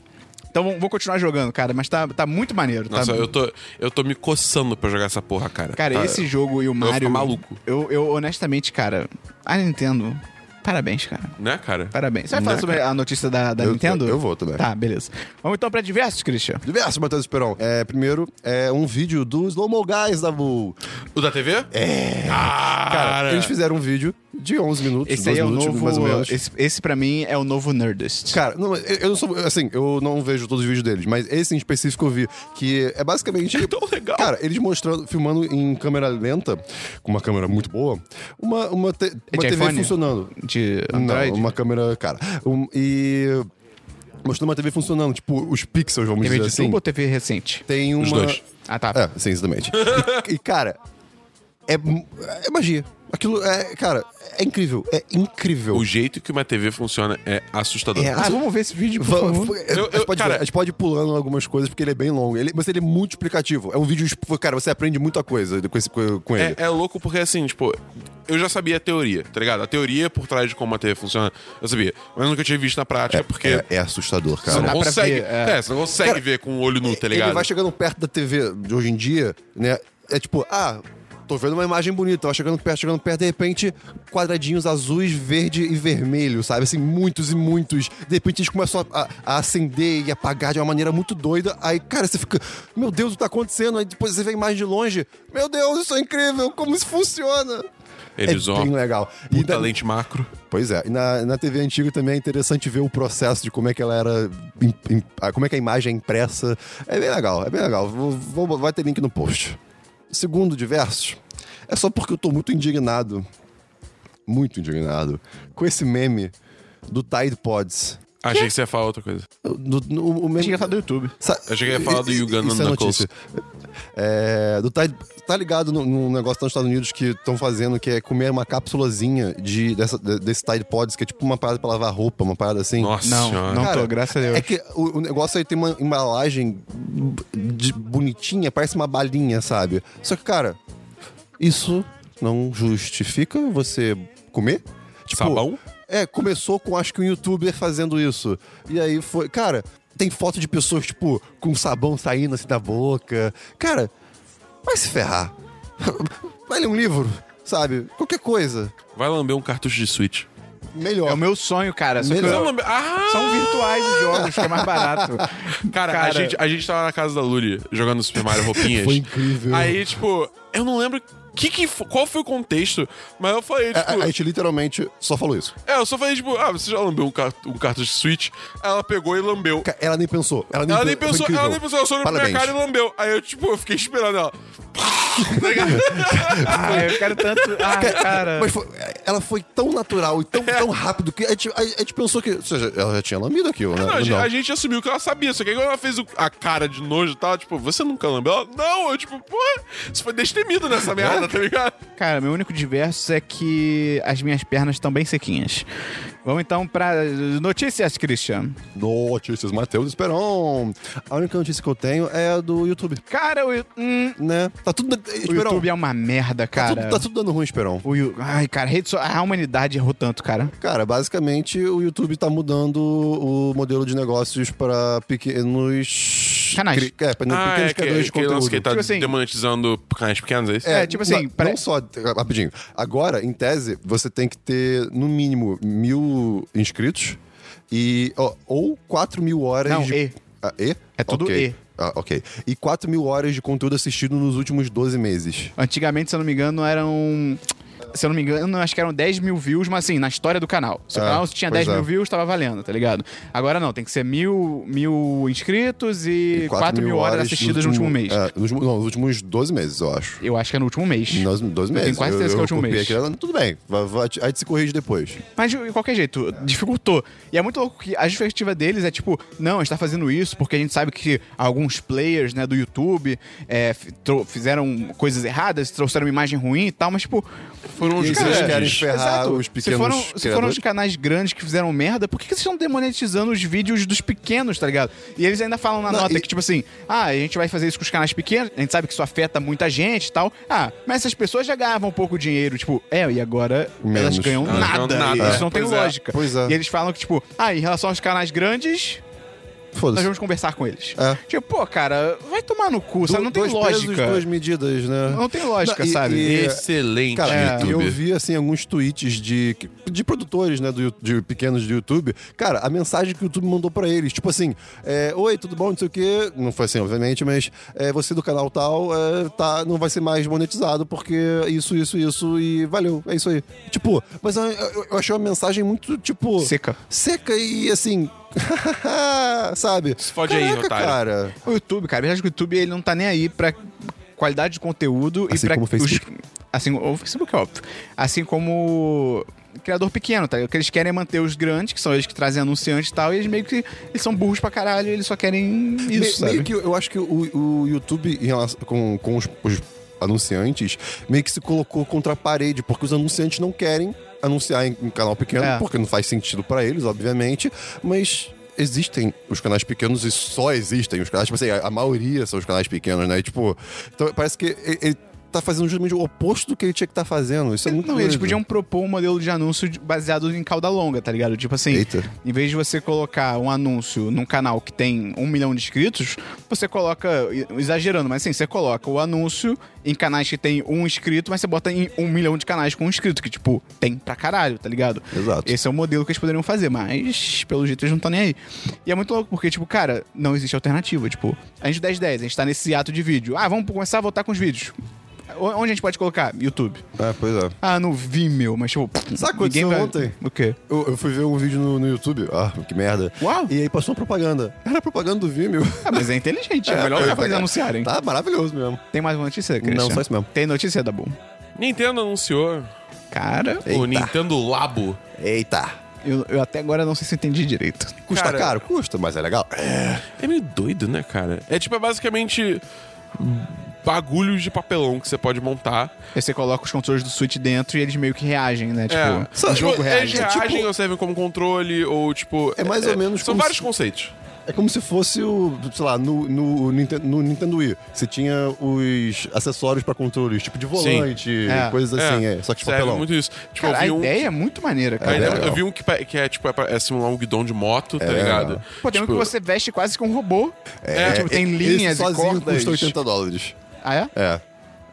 Speaker 1: Então vou- vou continuar jogando, cara, mas tá, tá muito maneiro. tá-
Speaker 3: Nossa, eu, tô, eu tô me coçando pra jogar essa porra, cara. Tá,
Speaker 2: tá-
Speaker 1: Cara, esse jogo e o
Speaker 3: vou
Speaker 1: Mario.
Speaker 3: ficar maluco.
Speaker 1: Eu, eu honestamente, cara, a Nintendo Parabéns, cara.
Speaker 3: Né, cara?
Speaker 1: Parabéns. Você vai falar
Speaker 3: Né,
Speaker 1: sobre a notícia da, da
Speaker 2: Eu-
Speaker 1: Nintendo?
Speaker 2: eu- eu vou também.
Speaker 1: Tá, beleza. Vamos então pra diversos, Christian.
Speaker 2: Diverso, Matheus Esperon. É, primeiro, é um vídeo do Slow Mo Guys da Bull.
Speaker 3: O da TV? É. Cara,
Speaker 2: Eles fizeram um vídeo de 11 minutos,
Speaker 1: Esse
Speaker 2: 12
Speaker 1: aí é o
Speaker 2: minutos,
Speaker 1: novo.
Speaker 2: mais ou menos.
Speaker 1: Esse, esse pra mim é o novo Nerdist.
Speaker 2: Cara, não, eu, eu não sou. Assim, eu não vejo todos os vídeos deles, mas esse em específico eu vi. Que é basicamente.
Speaker 3: É tão legal.
Speaker 2: Cara, eles mostrando, filmando em câmera lenta, com uma câmera muito boa, uma, uma,
Speaker 3: É
Speaker 2: te- uma TV
Speaker 1: iPhone?
Speaker 2: funcionando.
Speaker 1: de Android.
Speaker 2: Não, uma câmera, cara. Um- e. Mostrando uma TV funcionando, tipo, os pixels, vamos
Speaker 1: TV
Speaker 2: dizer
Speaker 1: de
Speaker 2: assim.
Speaker 1: tubo ou TV recente?
Speaker 2: Tem uma.
Speaker 3: Os dois.
Speaker 1: Ah, tá.
Speaker 2: É, sim, exatamente. E, e, cara, é, é magia. Aquilo é, cara, é incrível. É incrível.
Speaker 3: o jeito que uma TV funciona é assustador.
Speaker 2: É,
Speaker 1: Ah, vamos ver esse vídeo, por
Speaker 2: Va-
Speaker 1: favor.
Speaker 2: fa- a,
Speaker 3: Eu-
Speaker 2: gente
Speaker 3: eu-
Speaker 2: pode
Speaker 3: cara-
Speaker 2: ver, a gente pode ir pulando algumas coisas porque ele é bem longo. Ele, mas ele é muito explicativo. É um vídeo. exp- Cara, você aprende muita coisa com, esse, com com ele.
Speaker 3: É, é louco porque, assim, tipo, eu já sabia a teoria, tá ligado? A teoria por trás de como a TV funciona, eu sabia. Mas nunca tinha visto na prática, porque
Speaker 2: É, é assustador,
Speaker 3: você
Speaker 1: dá
Speaker 2: cara.
Speaker 3: não
Speaker 1: pra
Speaker 3: consegue.
Speaker 1: ver, é.
Speaker 3: é. você não consegue
Speaker 2: Cara,
Speaker 3: ver com o olho nu, tá ligado?
Speaker 2: Ele vai chegando perto da TV de hoje em dia, né? É tipo, ah. Tô vendo uma imagem bonita, vai chegando perto, chegando perto, de repente, quadradinhos azuis, verde e vermelho, sabe? Assim, muitos e muitos. De repente eles começam a, a- a acender e apagar de uma maneira muito doida. Aí, cara, você fica, meu Deus, o que tá acontecendo? Aí depois você vê a imagem de longe, meu Deus, isso é incrível, como isso funciona?
Speaker 3: Eles,
Speaker 2: é
Speaker 3: ó,
Speaker 2: bem legal. E
Speaker 3: puta
Speaker 2: na-
Speaker 3: lente macro.
Speaker 2: Pois é. E na, na TV antiga também é interessante ver o processo de como é que ela era. im- im- ah, como é que a imagem é impressa. É bem legal, é bem legal. Vou- vou- vai ter link no post. Segundo diversos, é só porque eu tô muito indignado. Muito indignado. Com esse meme do Tide Pods.
Speaker 3: Achei que você ia falar outra coisa.
Speaker 2: Do, no- o meme-
Speaker 1: Tinha que É do YouTube.
Speaker 2: Sa-
Speaker 3: Achei que ia falar do
Speaker 2: I- I-
Speaker 3: Yuga no
Speaker 2: isso é
Speaker 3: Knuckles.
Speaker 2: notícia. É, do Tide- tá ligado num- num negócio lá nos Estados Unidos que estão fazendo, que é comer uma cápsulazinha de, dessa, de- desse Tide Pods, que é tipo uma parada pra lavar roupa, uma parada assim.
Speaker 3: Nossa
Speaker 1: Não,
Speaker 3: senhora.
Speaker 1: não tô, graças a Deus.
Speaker 2: É que o, o negócio aí tem uma embalagem de- bonitinha, parece uma balinha, sabe? Só que, cara, isso não justifica você comer? Tipo,
Speaker 3: Sabão?
Speaker 2: É, começou com acho que um youtuber fazendo isso. E aí foi. Cara, tem foto de pessoas, tipo, com sabão saindo assim da boca. Cara, vai se ferrar. Vai ler um livro, sabe? Qualquer coisa.
Speaker 3: Vai lamber um cartucho de Switch.
Speaker 2: Melhor.
Speaker 1: É o meu sonho, cara. Só que
Speaker 2: Melhor.
Speaker 1: eu-
Speaker 3: Vai lamber- Ah!
Speaker 2: um
Speaker 1: São virtuais os jogos, que é mais barato.
Speaker 3: Cara, A, gente, a gente tava na casa da Lully jogando Super Mario Roupinhas.
Speaker 2: Foi incrível.
Speaker 3: Aí, tipo, eu não lembro que que fo- qual foi o contexto, mas eu falei,
Speaker 2: A,
Speaker 3: tipo.
Speaker 2: a- a gente literalmente só falou isso.
Speaker 3: É, eu só falei, tipo, ah, você já lambeu um, car um cartucho de Switch? Aí ela pegou e lambeu.
Speaker 2: Ca- Ela nem pensou. Ela nem,
Speaker 3: Ela nem
Speaker 2: foi
Speaker 3: pensou,
Speaker 2: incrível.
Speaker 3: ela nem pensou, ela só olhou pra minha
Speaker 2: Parabéns.
Speaker 3: cara e lambeu. Aí eu, tipo, eu fiquei esperando ela. Tá ligado?
Speaker 1: Ah, eu quero tanto. Ah, cara.
Speaker 2: Mas foi- ela foi tão natural e tão, tão rápido que a gente, a- a gente pensou que. Ou seja, ela já tinha lamido aquilo, né?
Speaker 3: Não, a, gente,
Speaker 2: Não.
Speaker 3: a gente assumiu que ela sabia, só que aí quando ela fez o- a cara de nojo e tal, tipo, você nunca lambeu? Ela, não, eu, tipo, pô, você foi destemido nessa
Speaker 2: Né?
Speaker 3: merda, tá ligado?
Speaker 1: Cara, meu único diverso é que as minhas pernas estão bem sequinhas. Vamos então pra notícias, Christian.
Speaker 2: Notícias, Matheus Esperon. A única notícia que eu tenho é a do YouTube,
Speaker 1: Cara, o, hum,
Speaker 2: né? Tá tudo.
Speaker 1: o
Speaker 2: Esperon.
Speaker 1: YouTube é uma merda,
Speaker 2: tá,
Speaker 1: cara.
Speaker 2: tudo, tá tudo dando ruim, Esperon.
Speaker 1: O Yu- Ai, cara, rede so... a humanidade errou tanto, cara.
Speaker 2: Cara, basicamente o YouTube tá mudando o modelo de negócios para pequenos.
Speaker 1: Canais.
Speaker 2: cri- É, para pequenos criadores de
Speaker 3: lance
Speaker 2: conteúdo.
Speaker 3: Ah, que ele tá
Speaker 1: Tipo assim-
Speaker 3: demonetizando canais pequenos, é isso?
Speaker 1: É, tipo assim,
Speaker 2: não,
Speaker 1: pare-
Speaker 2: não só, rapidinho. Agora, em tese, você tem que ter, no mínimo, mil inscritos e, ó, ou 4 mil horas
Speaker 1: Não,
Speaker 2: de...
Speaker 1: e.
Speaker 2: Ah, e?
Speaker 1: É tudo
Speaker 2: Ok.
Speaker 1: e.
Speaker 2: Ah, ok. E 4 mil horas de conteúdo assistido nos últimos 12 meses.
Speaker 1: Antigamente, se eu não me engano, eram. Se eu não me engano, acho que eram 10 mil views, mas assim, na história do canal. Se o
Speaker 2: Ah,
Speaker 1: canal tinha
Speaker 2: pois
Speaker 1: 10
Speaker 2: é.
Speaker 1: mil views, tava valendo, tá ligado? Agora não, tem que ser mil, mil inscritos e, 4, mil horas assistidas no último mês.
Speaker 2: É, nos, últimos- não, nos últimos 12 meses, eu acho.
Speaker 1: Eu acho que é no último mês.
Speaker 2: Nos 12
Speaker 1: tenho
Speaker 2: meses.
Speaker 1: quase
Speaker 2: Eu-
Speaker 1: certeza que é o
Speaker 2: eu
Speaker 1: último
Speaker 2: copiei
Speaker 1: mês.
Speaker 2: aquela- Tudo bem, vai, vai, a gente se corrige depois.
Speaker 1: Mas de qualquer jeito, dificultou. E é muito louco que a justificativa deles é tipo, não, a gente tá fazendo isso porque a gente sabe que alguns players, né, do YouTube é, f- tro- fizeram coisas erradas, trouxeram uma imagem ruim e tal, mas tipo.
Speaker 3: Foram os
Speaker 2: E vocês
Speaker 3: grandes.
Speaker 2: querem ferrar os
Speaker 1: É, se
Speaker 2: pequenos
Speaker 1: foram, se foram
Speaker 2: criadores?
Speaker 1: os canais grandes que fizeram merda, por que, que vocês estão demonetizando os vídeos dos pequenos, tá ligado? E eles ainda falam na
Speaker 2: Não,
Speaker 1: nota
Speaker 2: e-
Speaker 1: que, tipo assim, ah, a gente vai fazer isso com os canais pequenos, a gente sabe que isso afeta muita gente e tal. Ah, mas essas pessoas já ganhavam pouco dinheiro, tipo, é, e agora elas
Speaker 2: Menos. Ah,
Speaker 1: ganham
Speaker 3: Elas
Speaker 1: nada.
Speaker 3: ganham nada.
Speaker 1: Isso não tem
Speaker 3: Pois é.
Speaker 1: lógica.
Speaker 2: Pois é.
Speaker 1: E eles falam que, tipo, ah, em relação aos canais grandes. nós
Speaker 2: Foda-se.
Speaker 1: vamos conversar com eles.
Speaker 2: É.
Speaker 1: Tipo, pô, cara, vai tomar no cu, sabe? Não tem
Speaker 2: dois
Speaker 1: lógica.
Speaker 2: Pesos, duas medidas, né?
Speaker 1: Não tem lógica,
Speaker 2: Não, e-
Speaker 1: sabe?
Speaker 2: e-
Speaker 3: Excelente
Speaker 2: É. Cara,
Speaker 3: YouTube.
Speaker 2: eu vi assim alguns tweets de, de produtores, né, do, Yu- de pequenos do YouTube. Cara, a mensagem que o YouTube mandou pra eles, tipo assim, é, oi, tudo bom, não sei o quê. Não foi assim, obviamente, mas é, você do canal tal é, tá, não vai ser mais monetizado porque isso, isso, isso e valeu, é isso aí. Tipo, mas eu, eu- eu achei uma mensagem muito tipo
Speaker 1: Seca.
Speaker 2: seca e assim, sabe?
Speaker 3: Se fode aí, otário.
Speaker 2: cara.
Speaker 1: O YouTube, cara, a verdade é que o YouTube ele não tá nem aí pra qualidade de conteúdo
Speaker 2: Assim
Speaker 1: e pra
Speaker 2: como o Facebook.
Speaker 1: assim, o Facebook é óbvio. Assim como o criador pequeno, tá? ligado? Que eles querem manter os grandes, que são eles que trazem anunciantes e tal, e eles meio que eles são burros pra caralho, eles só querem
Speaker 2: Me-
Speaker 1: isso,
Speaker 2: meio
Speaker 1: sabe?
Speaker 2: que eu- eu acho que o, o YouTube, em relação, com, com os, os anunciantes, meio que se colocou contra a parede, porque os anunciantes não querem anunciar em, em canal pequeno,
Speaker 1: É.
Speaker 2: porque não faz sentido pra eles, obviamente, mas. Existem os canais pequenos e só existem os canais, tipo assim, a, a maioria são os canais pequenos, né? E, tipo, então parece que ele, ele tá fazendo justamente o oposto do que ele tinha que estar fazendo. Isso é muito
Speaker 1: Não, eles
Speaker 2: doido.
Speaker 1: podiam propor um modelo de anúncio de- baseado em cauda longa, tá ligado? Tipo assim,
Speaker 2: Eita.
Speaker 1: em vez de você colocar um anúncio num canal que tem um milhão de inscritos, você coloca, exagerando, mas assim, você coloca o anúncio em canais que tem um inscrito, mas você bota em um milhão de canais com um inscrito, que tipo, tem pra caralho, tá ligado?
Speaker 2: Exato.
Speaker 1: Esse é o modelo que eles poderiam fazer, mas pelo jeito eles não estão nem aí. E é muito louco, porque, tipo, cara, não existe alternativa. Tipo, a gente 10-10, a gente tá nesse ato de vídeo. Ah, vamos começar a voltar com os vídeos. O- Onde a gente pode colocar? YouTube.
Speaker 2: É, pois é.
Speaker 1: Ah, não vi, meu, mas tipo.
Speaker 2: Sabe o que
Speaker 1: ninguém
Speaker 2: aconteceu ontem?
Speaker 1: O quê?
Speaker 2: Eu, eu fui ver um vídeo no, no YouTube. Ah, que merda.
Speaker 1: Uau.
Speaker 2: E aí passou uma propaganda. Era propaganda do Vimeo.
Speaker 1: Ah, mas é inteligente. É, melhor
Speaker 2: foi,
Speaker 1: pra eles
Speaker 2: cara.
Speaker 1: anunciarem.
Speaker 2: Tá maravilhoso mesmo.
Speaker 1: Tem mais uma notícia, Christian?
Speaker 2: Não, só isso mesmo.
Speaker 1: Tem notícia da Boom.
Speaker 3: Nintendo anunciou
Speaker 1: Cara,
Speaker 3: o
Speaker 2: Eita.
Speaker 3: Nintendo Labo.
Speaker 2: Eita.
Speaker 1: eu, eu até agora não sei se eu entendi direito.
Speaker 2: Custa
Speaker 3: Cara-
Speaker 2: caro? Custa, mas é legal.
Speaker 3: É meio doido, né, cara? É tipo, é basicamente bagulhos de papelão que você pode montar.
Speaker 1: Aí você coloca os controles do Switch dentro e eles meio que reagem, né? Tipo,
Speaker 3: é.
Speaker 1: o jogo
Speaker 3: tipo,
Speaker 1: reage.
Speaker 3: eles reagem
Speaker 2: tipo-
Speaker 3: ou servem como controle, ou tipo.
Speaker 2: É mais ou menos
Speaker 3: São
Speaker 2: como
Speaker 3: vários
Speaker 2: se-
Speaker 3: conceitos.
Speaker 2: É como se fosse o, sei lá, no, no, Ninten- no Nintendo Wii. Você tinha os acessórios pra controles, tipo de volante,
Speaker 1: É.
Speaker 2: coisas assim, é. só que de
Speaker 3: serve
Speaker 2: papelão.
Speaker 3: muito isso. Tipo,
Speaker 1: Cara, a
Speaker 3: eu vi um.
Speaker 1: ideia é muito maneira,
Speaker 3: a
Speaker 1: cara.
Speaker 3: ideia-
Speaker 2: legal. É
Speaker 3: eu vi um que, pa- que é tipo, é, pra- é simular um guidão de moto, tá ligado?
Speaker 1: Pô, tem um que
Speaker 3: Tipo,
Speaker 1: você veste quase que um robô. É, tipo, tem
Speaker 2: Esse
Speaker 1: linhas e
Speaker 2: sozinho
Speaker 1: cordas.
Speaker 2: custa 80 dólares.
Speaker 1: Ah, é?
Speaker 2: É.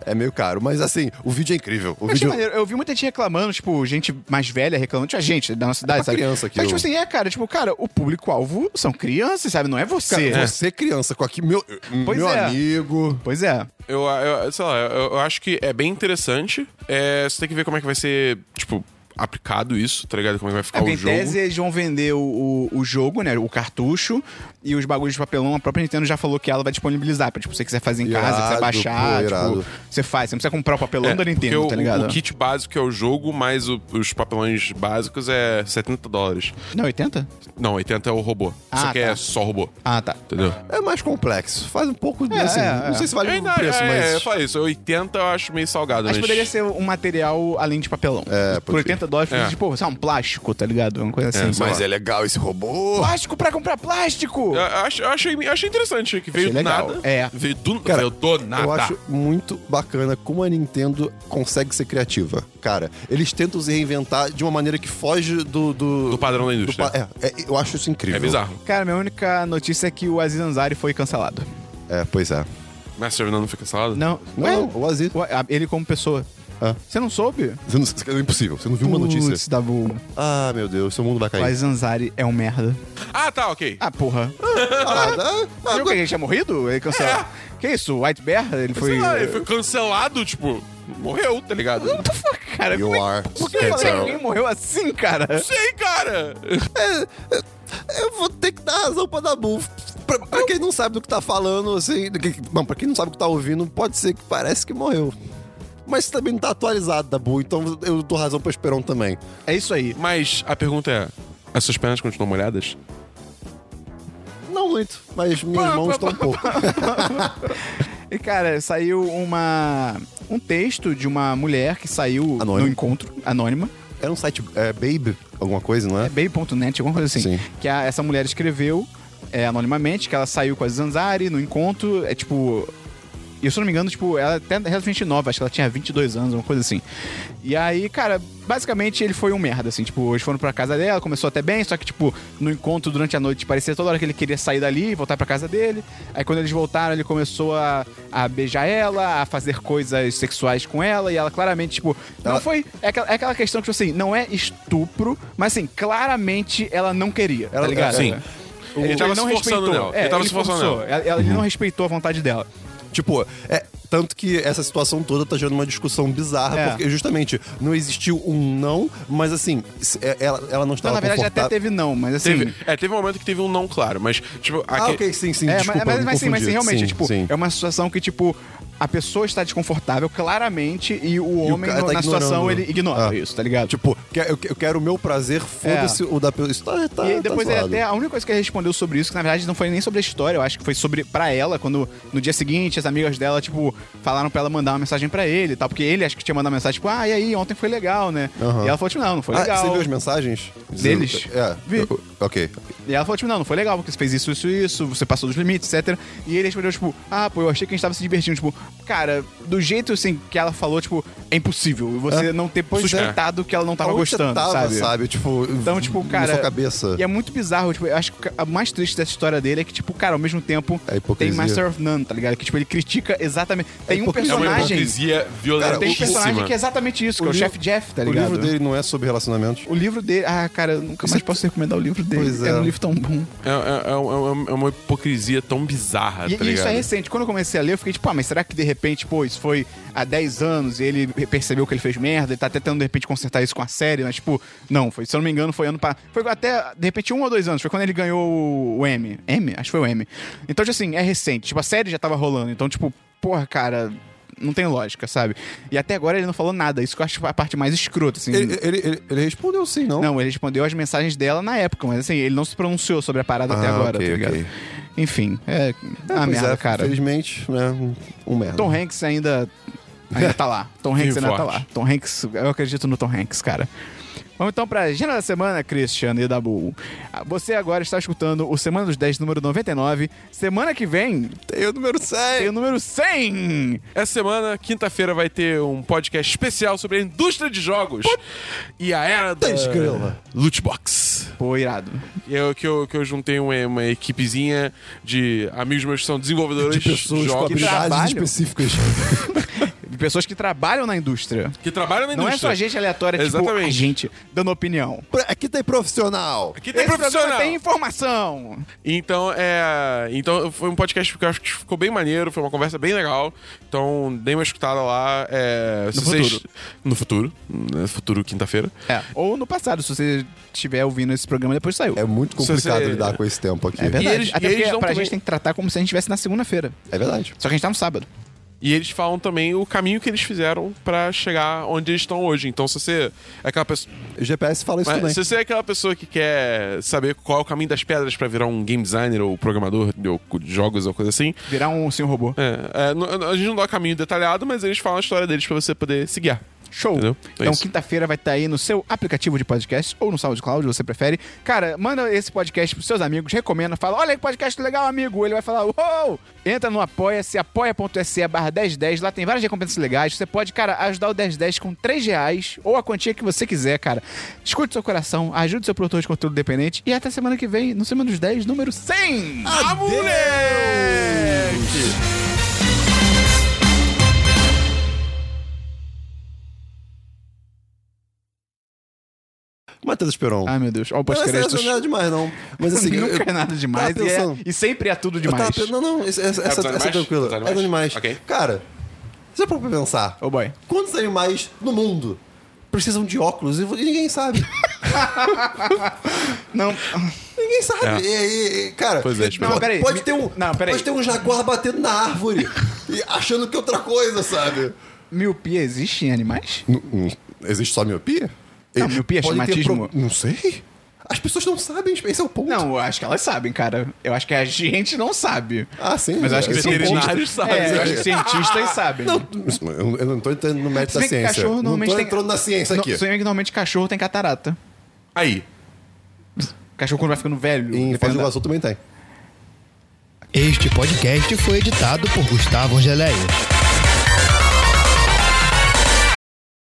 Speaker 2: É meio caro, mas assim, o vídeo é incrível. O
Speaker 1: Eu achei
Speaker 2: vídeo...
Speaker 1: maneiro. Eu vi muita gente reclamando, tipo, gente mais velha reclamando. Tinha gente da nossa idade,
Speaker 2: É pra
Speaker 1: sabe?
Speaker 2: criança
Speaker 1: Mas, tipo
Speaker 2: aquilo.
Speaker 1: assim, é, cara, tipo, cara, o público-alvo são crianças, sabe? Não é você.
Speaker 2: Cara, você criança com aqui, meu,
Speaker 1: Pois
Speaker 2: meu
Speaker 1: é.
Speaker 2: amigo.
Speaker 1: Pois é.
Speaker 3: Eu, eu- sei lá, eu, eu acho que é bem interessante. É, você tem que ver como é que vai ser, tipo, aplicado isso, tá ligado? Como é que vai
Speaker 1: É,
Speaker 3: ficar
Speaker 1: porque
Speaker 3: o
Speaker 1: em
Speaker 3: jogo.
Speaker 1: tese eles vão vender o, o, o jogo, né? O cartucho e os bagulhos de papelão. A própria Nintendo já falou que ela vai disponibilizar pra, tipo, você quiser fazer em casa,
Speaker 2: Irado,
Speaker 1: quiser baixar,
Speaker 2: pô, irado.
Speaker 1: tipo, você faz. Você não precisa comprar o papelão
Speaker 3: É,
Speaker 1: da
Speaker 3: porque
Speaker 1: Nintendo,
Speaker 3: o,
Speaker 1: tá ligado?
Speaker 3: o kit básico é o jogo, mais o- os papelões básicos é 70 dólares.
Speaker 1: Não, 80?
Speaker 3: Não, 80 é o robô.
Speaker 1: Ah,
Speaker 3: Só que
Speaker 1: tá.
Speaker 3: é só robô.
Speaker 1: Ah, tá.
Speaker 3: Entendeu?
Speaker 2: É mais complexo. Faz um pouco
Speaker 1: É,
Speaker 2: assim,
Speaker 1: é, é.
Speaker 2: Não sei se vale
Speaker 3: Eu ainda-
Speaker 2: o preço,
Speaker 3: é, é, eu
Speaker 2: mas.
Speaker 3: falei isso. 80 eu acho meio salgado,
Speaker 1: Mas
Speaker 3: mas...
Speaker 1: poderia ser um material além de papelão.
Speaker 2: É,
Speaker 1: Por
Speaker 2: pode
Speaker 1: 80 dólares,
Speaker 3: É.
Speaker 1: tipo, sei lá, um plástico, tá ligado? Uma coisa assim.
Speaker 3: sei
Speaker 2: Mas
Speaker 3: lá.
Speaker 2: é legal esse robô.
Speaker 1: Plástico pra comprar plástico!
Speaker 3: Eu, eu achei, eu achei- eu achei interessante, que veio
Speaker 1: Achei
Speaker 3: do
Speaker 1: legal.
Speaker 3: nada.
Speaker 1: É.
Speaker 3: Veio do,
Speaker 2: Cara,
Speaker 3: veio do nada.
Speaker 2: Eu acho muito bacana como a Nintendo consegue ser criativa. Cara, eles tentam se reinventar de uma maneira que foge do. Do,
Speaker 3: Do padrão da
Speaker 2: do
Speaker 3: indústria.
Speaker 2: pa- é, é, eu acho isso incrível.
Speaker 3: É bizarro.
Speaker 1: Cara, minha única notícia é que o Aziz Ansari foi cancelado.
Speaker 2: É, pois é.
Speaker 3: Mas servidor não fica salgado?
Speaker 1: Não,
Speaker 2: Não,
Speaker 3: É.
Speaker 1: Ué?
Speaker 2: não, o Aziz.
Speaker 1: Ué, a- ele como pessoa.
Speaker 2: É.
Speaker 1: Você não soube?
Speaker 2: Você não, isso é impossível. Você não viu uma notícia.
Speaker 1: Putz, Dabu.
Speaker 2: Ah, meu Deus, seu mundo vai
Speaker 1: O
Speaker 2: cair.
Speaker 1: Aziz Ansari é um merda.
Speaker 3: Ah, tá, ok.
Speaker 1: Ah, porra.
Speaker 2: Ah, ah, ah,
Speaker 1: Viu que ele tinha morrido? Ele cancelou. Que isso? O White Bear? Ele foi... é,
Speaker 3: Sei lá, ele foi cancelado, tipo, morreu, tá ligado? Não
Speaker 1: What the fuck, cara?
Speaker 2: You
Speaker 1: Como é-
Speaker 2: are
Speaker 1: Por que eu falei que
Speaker 2: canceled.
Speaker 1: alguém morreu assim, cara?
Speaker 3: sei, cara.
Speaker 2: Eu vou ter que dar razão pra Dabu. Pra, pra quem não sabe do que tá falando, assim. do que- bom, pra quem não sabe o que tá ouvindo, pode ser que parece que morreu. Mas também não tá atualizado, Dabu, então eu dou razão pra Esperon também.
Speaker 1: É isso aí.
Speaker 3: Mas a pergunta é: as suas pernas continuam molhadas?
Speaker 2: Não muito, mas minhas mãos estão um pouco.
Speaker 1: E, cara, saiu uma... Um texto de uma mulher que saiu
Speaker 2: Anônima.
Speaker 1: no encontro, anônima,
Speaker 2: Era um site é, Babe, alguma coisa, não é?
Speaker 1: baby.net, alguma coisa assim.
Speaker 2: Sim.
Speaker 1: Que a- essa mulher escreveu é, anonimamente que ela saiu com a Zanzari no encontro. É tipo. E se eu não me engano, tipo, ela é até relativamente nova, acho que ela tinha 22 anos, uma coisa assim. E aí, cara, basicamente ele foi um merda, assim, tipo, eles foram pra casa dela, começou até bem, só que, tipo, no encontro durante a noite parecia toda hora que ele queria sair dali e voltar pra casa dele. Aí quando eles voltaram, ele começou a, a beijar ela, a fazer coisas sexuais com ela, e ela claramente, tipo, não foi. É aquela, é aquela questão que, tipo assim, não é estupro, mas assim, claramente ela não queria. tá
Speaker 2: Ela-
Speaker 1: ligado?
Speaker 3: sim.
Speaker 1: O-
Speaker 3: Ele tava
Speaker 1: não
Speaker 3: se forçando
Speaker 1: respeitou. É,
Speaker 3: nela. Ele tava se forçando
Speaker 1: forçou.
Speaker 3: nela. Uhum.
Speaker 1: Ela- ela- Ele não respeitou a vontade dela.
Speaker 2: Tipo, é. Tanto que essa situação toda tá gerando uma discussão bizarra,
Speaker 1: É.
Speaker 2: porque justamente não existiu um não, mas assim, se- é- ela, ela não
Speaker 1: Não,
Speaker 2: estava
Speaker 1: na verdade até
Speaker 2: confortável.
Speaker 1: teve não, mas assim.
Speaker 3: Teve, é, teve um momento que teve um não claro, mas, tipo,
Speaker 2: Ah,
Speaker 3: aque-
Speaker 2: ok, sim, sim,
Speaker 1: É,
Speaker 2: desculpa,
Speaker 1: mas, mas, mas sim,
Speaker 2: me
Speaker 1: mas sim,
Speaker 2: confundi.
Speaker 1: realmente,
Speaker 2: Sim,
Speaker 1: é, tipo,
Speaker 2: sim.
Speaker 1: é uma situação que, tipo, a pessoa está desconfortável claramente e o
Speaker 2: o
Speaker 1: homem,
Speaker 2: cara
Speaker 1: no-
Speaker 2: tá
Speaker 1: na situação,
Speaker 2: ignorando.
Speaker 1: ele ignora
Speaker 2: Ah.
Speaker 1: isso, tá ligado?
Speaker 2: Tipo, que- eu, eu quero o meu prazer, foda-se o da pessoa. Isso tá, tá,
Speaker 1: É. E aí
Speaker 2: tá
Speaker 1: depois ele
Speaker 2: zoado.
Speaker 1: até a única coisa que ele respondeu sobre isso, que na verdade não foi nem sobre a história, eu acho que foi sobre pra ela, quando no dia seguinte as amigas dela, tipo, falaram pra ela mandar uma mensagem pra ele e tal, porque ele acho que tinha mandado uma mensagem, tipo, ah, e aí, ontem foi legal, né?
Speaker 2: Aham.
Speaker 1: E ela falou, tipo, não, não foi
Speaker 2: Ah,
Speaker 1: legal.
Speaker 2: você viu as mensagens?
Speaker 1: Deles?
Speaker 2: É.
Speaker 1: Vi.
Speaker 2: eu- ok.
Speaker 1: E ela falou, tipo, não, não foi legal, porque você fez isso, isso, isso, você passou dos limites, etc. E ele respondeu, tipo, ah, pô, eu achei que a gente tava se divertindo. Tipo, cara, do jeito assim que ela falou, tipo, é impossível você não ter
Speaker 2: é.
Speaker 1: suspeitado que ela não tava
Speaker 2: Onde você
Speaker 1: gostando,
Speaker 2: tava,
Speaker 1: sabe?
Speaker 2: Tipo,
Speaker 1: Então, tipo,
Speaker 2: na
Speaker 1: cara.
Speaker 2: sua cabeça.
Speaker 1: E é muito bizarro, tipo, eu acho que a mais triste dessa história dele é que, tipo, cara, ao mesmo tempo
Speaker 2: É A
Speaker 1: tem
Speaker 2: hipocrisia.
Speaker 1: Master of None, tá ligado? Que, tipo, ele critica exatamente. Tem um
Speaker 2: hipocrisia.
Speaker 3: é uma
Speaker 1: personagem.
Speaker 3: hipocrisia
Speaker 2: Cara,
Speaker 1: Tem um personagem
Speaker 3: violentíssima.
Speaker 1: que é exatamente isso, que é o
Speaker 2: livro-
Speaker 1: chefe Jeff, tá
Speaker 2: o
Speaker 1: ligado?
Speaker 2: livro dele não é sobre relacionamentos.
Speaker 1: O livro dele. Ah, cara, eu nunca mais posso recomendar o livro dele.
Speaker 2: Pois
Speaker 1: é.
Speaker 2: é.
Speaker 1: um livro tão bom.
Speaker 3: É, é- é um- é uma hipocrisia tão bizarra,
Speaker 1: E,
Speaker 3: tá
Speaker 1: e
Speaker 3: ligado?
Speaker 1: isso é recente. Quando eu comecei a ler, eu fiquei tipo, ah, mas será que de repente, pô, isso foi há 10 anos e ele percebeu que ele fez merda, ele tá tentando de repente consertar isso com a série, mas tipo, não, foi, se eu não me engano, foi ano pra. Foi até, de repente, um ou dois anos, foi quando ele ganhou o- o M. M? Acho que foi o M. Então, tipo assim, é recente. Tipo, a série já tava rolando, então, tipo, porra, cara. Não tem lógica, sabe? E até agora ele não falou nada. Isso que eu acho a parte mais escrota, assim.
Speaker 2: Ele, ele, ele- ele respondeu sim, não?
Speaker 1: Não, ele respondeu as mensagens dela na época, mas assim, ele não se pronunciou sobre a parada até
Speaker 2: Ah,
Speaker 1: agora,
Speaker 2: ok,
Speaker 1: tá ligado?
Speaker 2: ok.
Speaker 1: Enfim, é. ah,
Speaker 2: Pois
Speaker 1: merda,
Speaker 2: é,
Speaker 1: cara.
Speaker 2: Infelizmente, né? um- Um merda.
Speaker 1: Tom Hanks ainda, ainda tá lá. Tom Hanks
Speaker 3: Firme
Speaker 1: ainda tá
Speaker 3: forte.
Speaker 1: lá. Tom Hanks, eu acredito no Tom Hanks, cara. Vamos então pra agenda da semana, Christian e Dabu. Ah, Você agora está escutando o Semana dos 10, número 99. Semana que vem
Speaker 2: Tem o número 100.
Speaker 1: tem o número 100!
Speaker 3: Essa semana, quinta-feira, vai ter um podcast especial sobre a indústria de jogos e a era da
Speaker 2: esgrima.
Speaker 3: Lootbox.
Speaker 1: Pô, irado.
Speaker 3: E é o que eu, que eu juntei uma, uma equipezinha de amigos meus que são desenvolvedores
Speaker 2: de pessoas com
Speaker 3: jogos,
Speaker 2: habilidades
Speaker 1: trabalho.
Speaker 2: específicas.
Speaker 1: De pessoas que trabalham na indústria.
Speaker 3: que trabalham na
Speaker 1: Não
Speaker 3: indústria.
Speaker 1: é só gente aleatória, tipo,
Speaker 3: Exatamente.
Speaker 1: a gente dando opinião.
Speaker 2: Pra- Aqui tem profissional.
Speaker 3: Aqui tem
Speaker 1: Esse programa
Speaker 3: É profissional.
Speaker 1: tem informação!
Speaker 3: Então, é. Então, foi um podcast que eu acho que ficou bem maneiro, foi uma conversa bem legal. Então, dei uma escutada lá. É, no
Speaker 2: futuro.
Speaker 3: No futuro. né, Futuro, quinta-feira.
Speaker 1: É, ou no passado, se você estiver ouvindo esse programa, depois saiu.
Speaker 2: É muito complicado
Speaker 3: Se você-
Speaker 2: lidar com esse tempo aqui.
Speaker 1: É verdade.
Speaker 3: E eles-
Speaker 1: Até
Speaker 3: e eles
Speaker 1: porque pra
Speaker 3: dão também-
Speaker 1: gente tem que tratar como se a gente estivesse na segunda-feira.
Speaker 2: É verdade.
Speaker 1: Só que a gente tá no sábado.
Speaker 3: E eles falam também o caminho que eles fizeram pra chegar onde eles estão hoje. Então, se você é aquela pessoa,
Speaker 2: O GPS fala isso
Speaker 3: mas
Speaker 2: também.
Speaker 3: se você é aquela pessoa que quer saber qual é o caminho das pedras pra virar um game designer ou programador de ou de jogos ou coisa assim,
Speaker 1: Virar um senhor robô.
Speaker 3: é, é, não- a gente não dá o caminho detalhado, mas eles falam a história deles pra você poder se guiar.
Speaker 1: Show.
Speaker 3: Entendeu? É
Speaker 1: então,
Speaker 3: isso.
Speaker 1: quinta-feira vai estar aí no seu aplicativo de podcast ou no SoundCloud, você prefere. Cara, manda esse podcast pros seus amigos, recomenda, fala: olha que podcast legal, amigo. Ele vai falar: uou! Entra no apoia-se, apoia.se barra 1010. Lá tem várias recompensas legais. Você pode, cara, ajudar o 1010 com 3 reais ou a quantia que você quiser, cara. Escute seu coração, ajude seu produtor de conteúdo dependente. E até semana que vem, no Semana dos 10, número 100.
Speaker 3: Ah, moleque!
Speaker 2: Matheus Esperon.
Speaker 1: Ai, meu Deus. Olha o
Speaker 2: Não, essa- essa
Speaker 1: pós-créditos.
Speaker 2: não é demais, não. Mas assim, eu-
Speaker 1: Nunca é nada demais.
Speaker 2: tava
Speaker 1: E, é-
Speaker 2: pensando-
Speaker 1: e sempre é tudo
Speaker 2: eu
Speaker 1: demais.
Speaker 2: tava pensando- Não, não, essa, essa,
Speaker 3: dos
Speaker 2: essa,
Speaker 3: animais?
Speaker 2: essa é tranquila.
Speaker 3: Dos
Speaker 2: É dos animais.
Speaker 3: Ok.
Speaker 2: Cara, você pode pensar.
Speaker 1: Oh, boy.
Speaker 2: Quantos animais no mundo precisam de óculos e vo- e ninguém sabe?
Speaker 1: Não.
Speaker 2: Ninguém sabe. E- e- e, cara,
Speaker 3: Pois é, tipo,
Speaker 2: pode,
Speaker 1: Não, peraí.
Speaker 2: pode
Speaker 1: Me-
Speaker 2: ter um,
Speaker 1: Não, peraí.
Speaker 2: pode ter um jaguar batendo na árvore e achando que é outra coisa, sabe?
Speaker 1: Miopia existe em animais?
Speaker 2: Existe só miopia?
Speaker 1: Não, miopia é
Speaker 2: Podem ter
Speaker 1: chamatismo.
Speaker 2: Não sei. As pessoas não sabem, esse é o ponto.
Speaker 1: Não, eu acho que elas sabem, cara. Eu acho que a gente não sabe.
Speaker 2: Ah, sim.
Speaker 1: Mas eu acho que
Speaker 2: Esse é o
Speaker 3: veterinário-
Speaker 2: ponto.
Speaker 1: cientistas
Speaker 3: veterinários sabem.
Speaker 1: É, eu acho que cientistas sabem.
Speaker 2: Não, isso, eu eu não tô entrando no mérito
Speaker 1: Se
Speaker 2: da
Speaker 1: bem que
Speaker 2: ciência.
Speaker 1: cachorro
Speaker 2: não
Speaker 1: normalmente
Speaker 2: tô
Speaker 1: tem-
Speaker 2: entrando na ciência
Speaker 1: Não,
Speaker 2: aqui.
Speaker 1: se bem que normalmente cachorro tem catarata.
Speaker 3: Aí.
Speaker 1: Cachorro quando vai ficando velho.
Speaker 2: Em Foz
Speaker 1: dependendo
Speaker 2: do
Speaker 1: da-
Speaker 2: Iguaçu também tem.
Speaker 4: Este podcast foi editado por Gustavo Angeléia.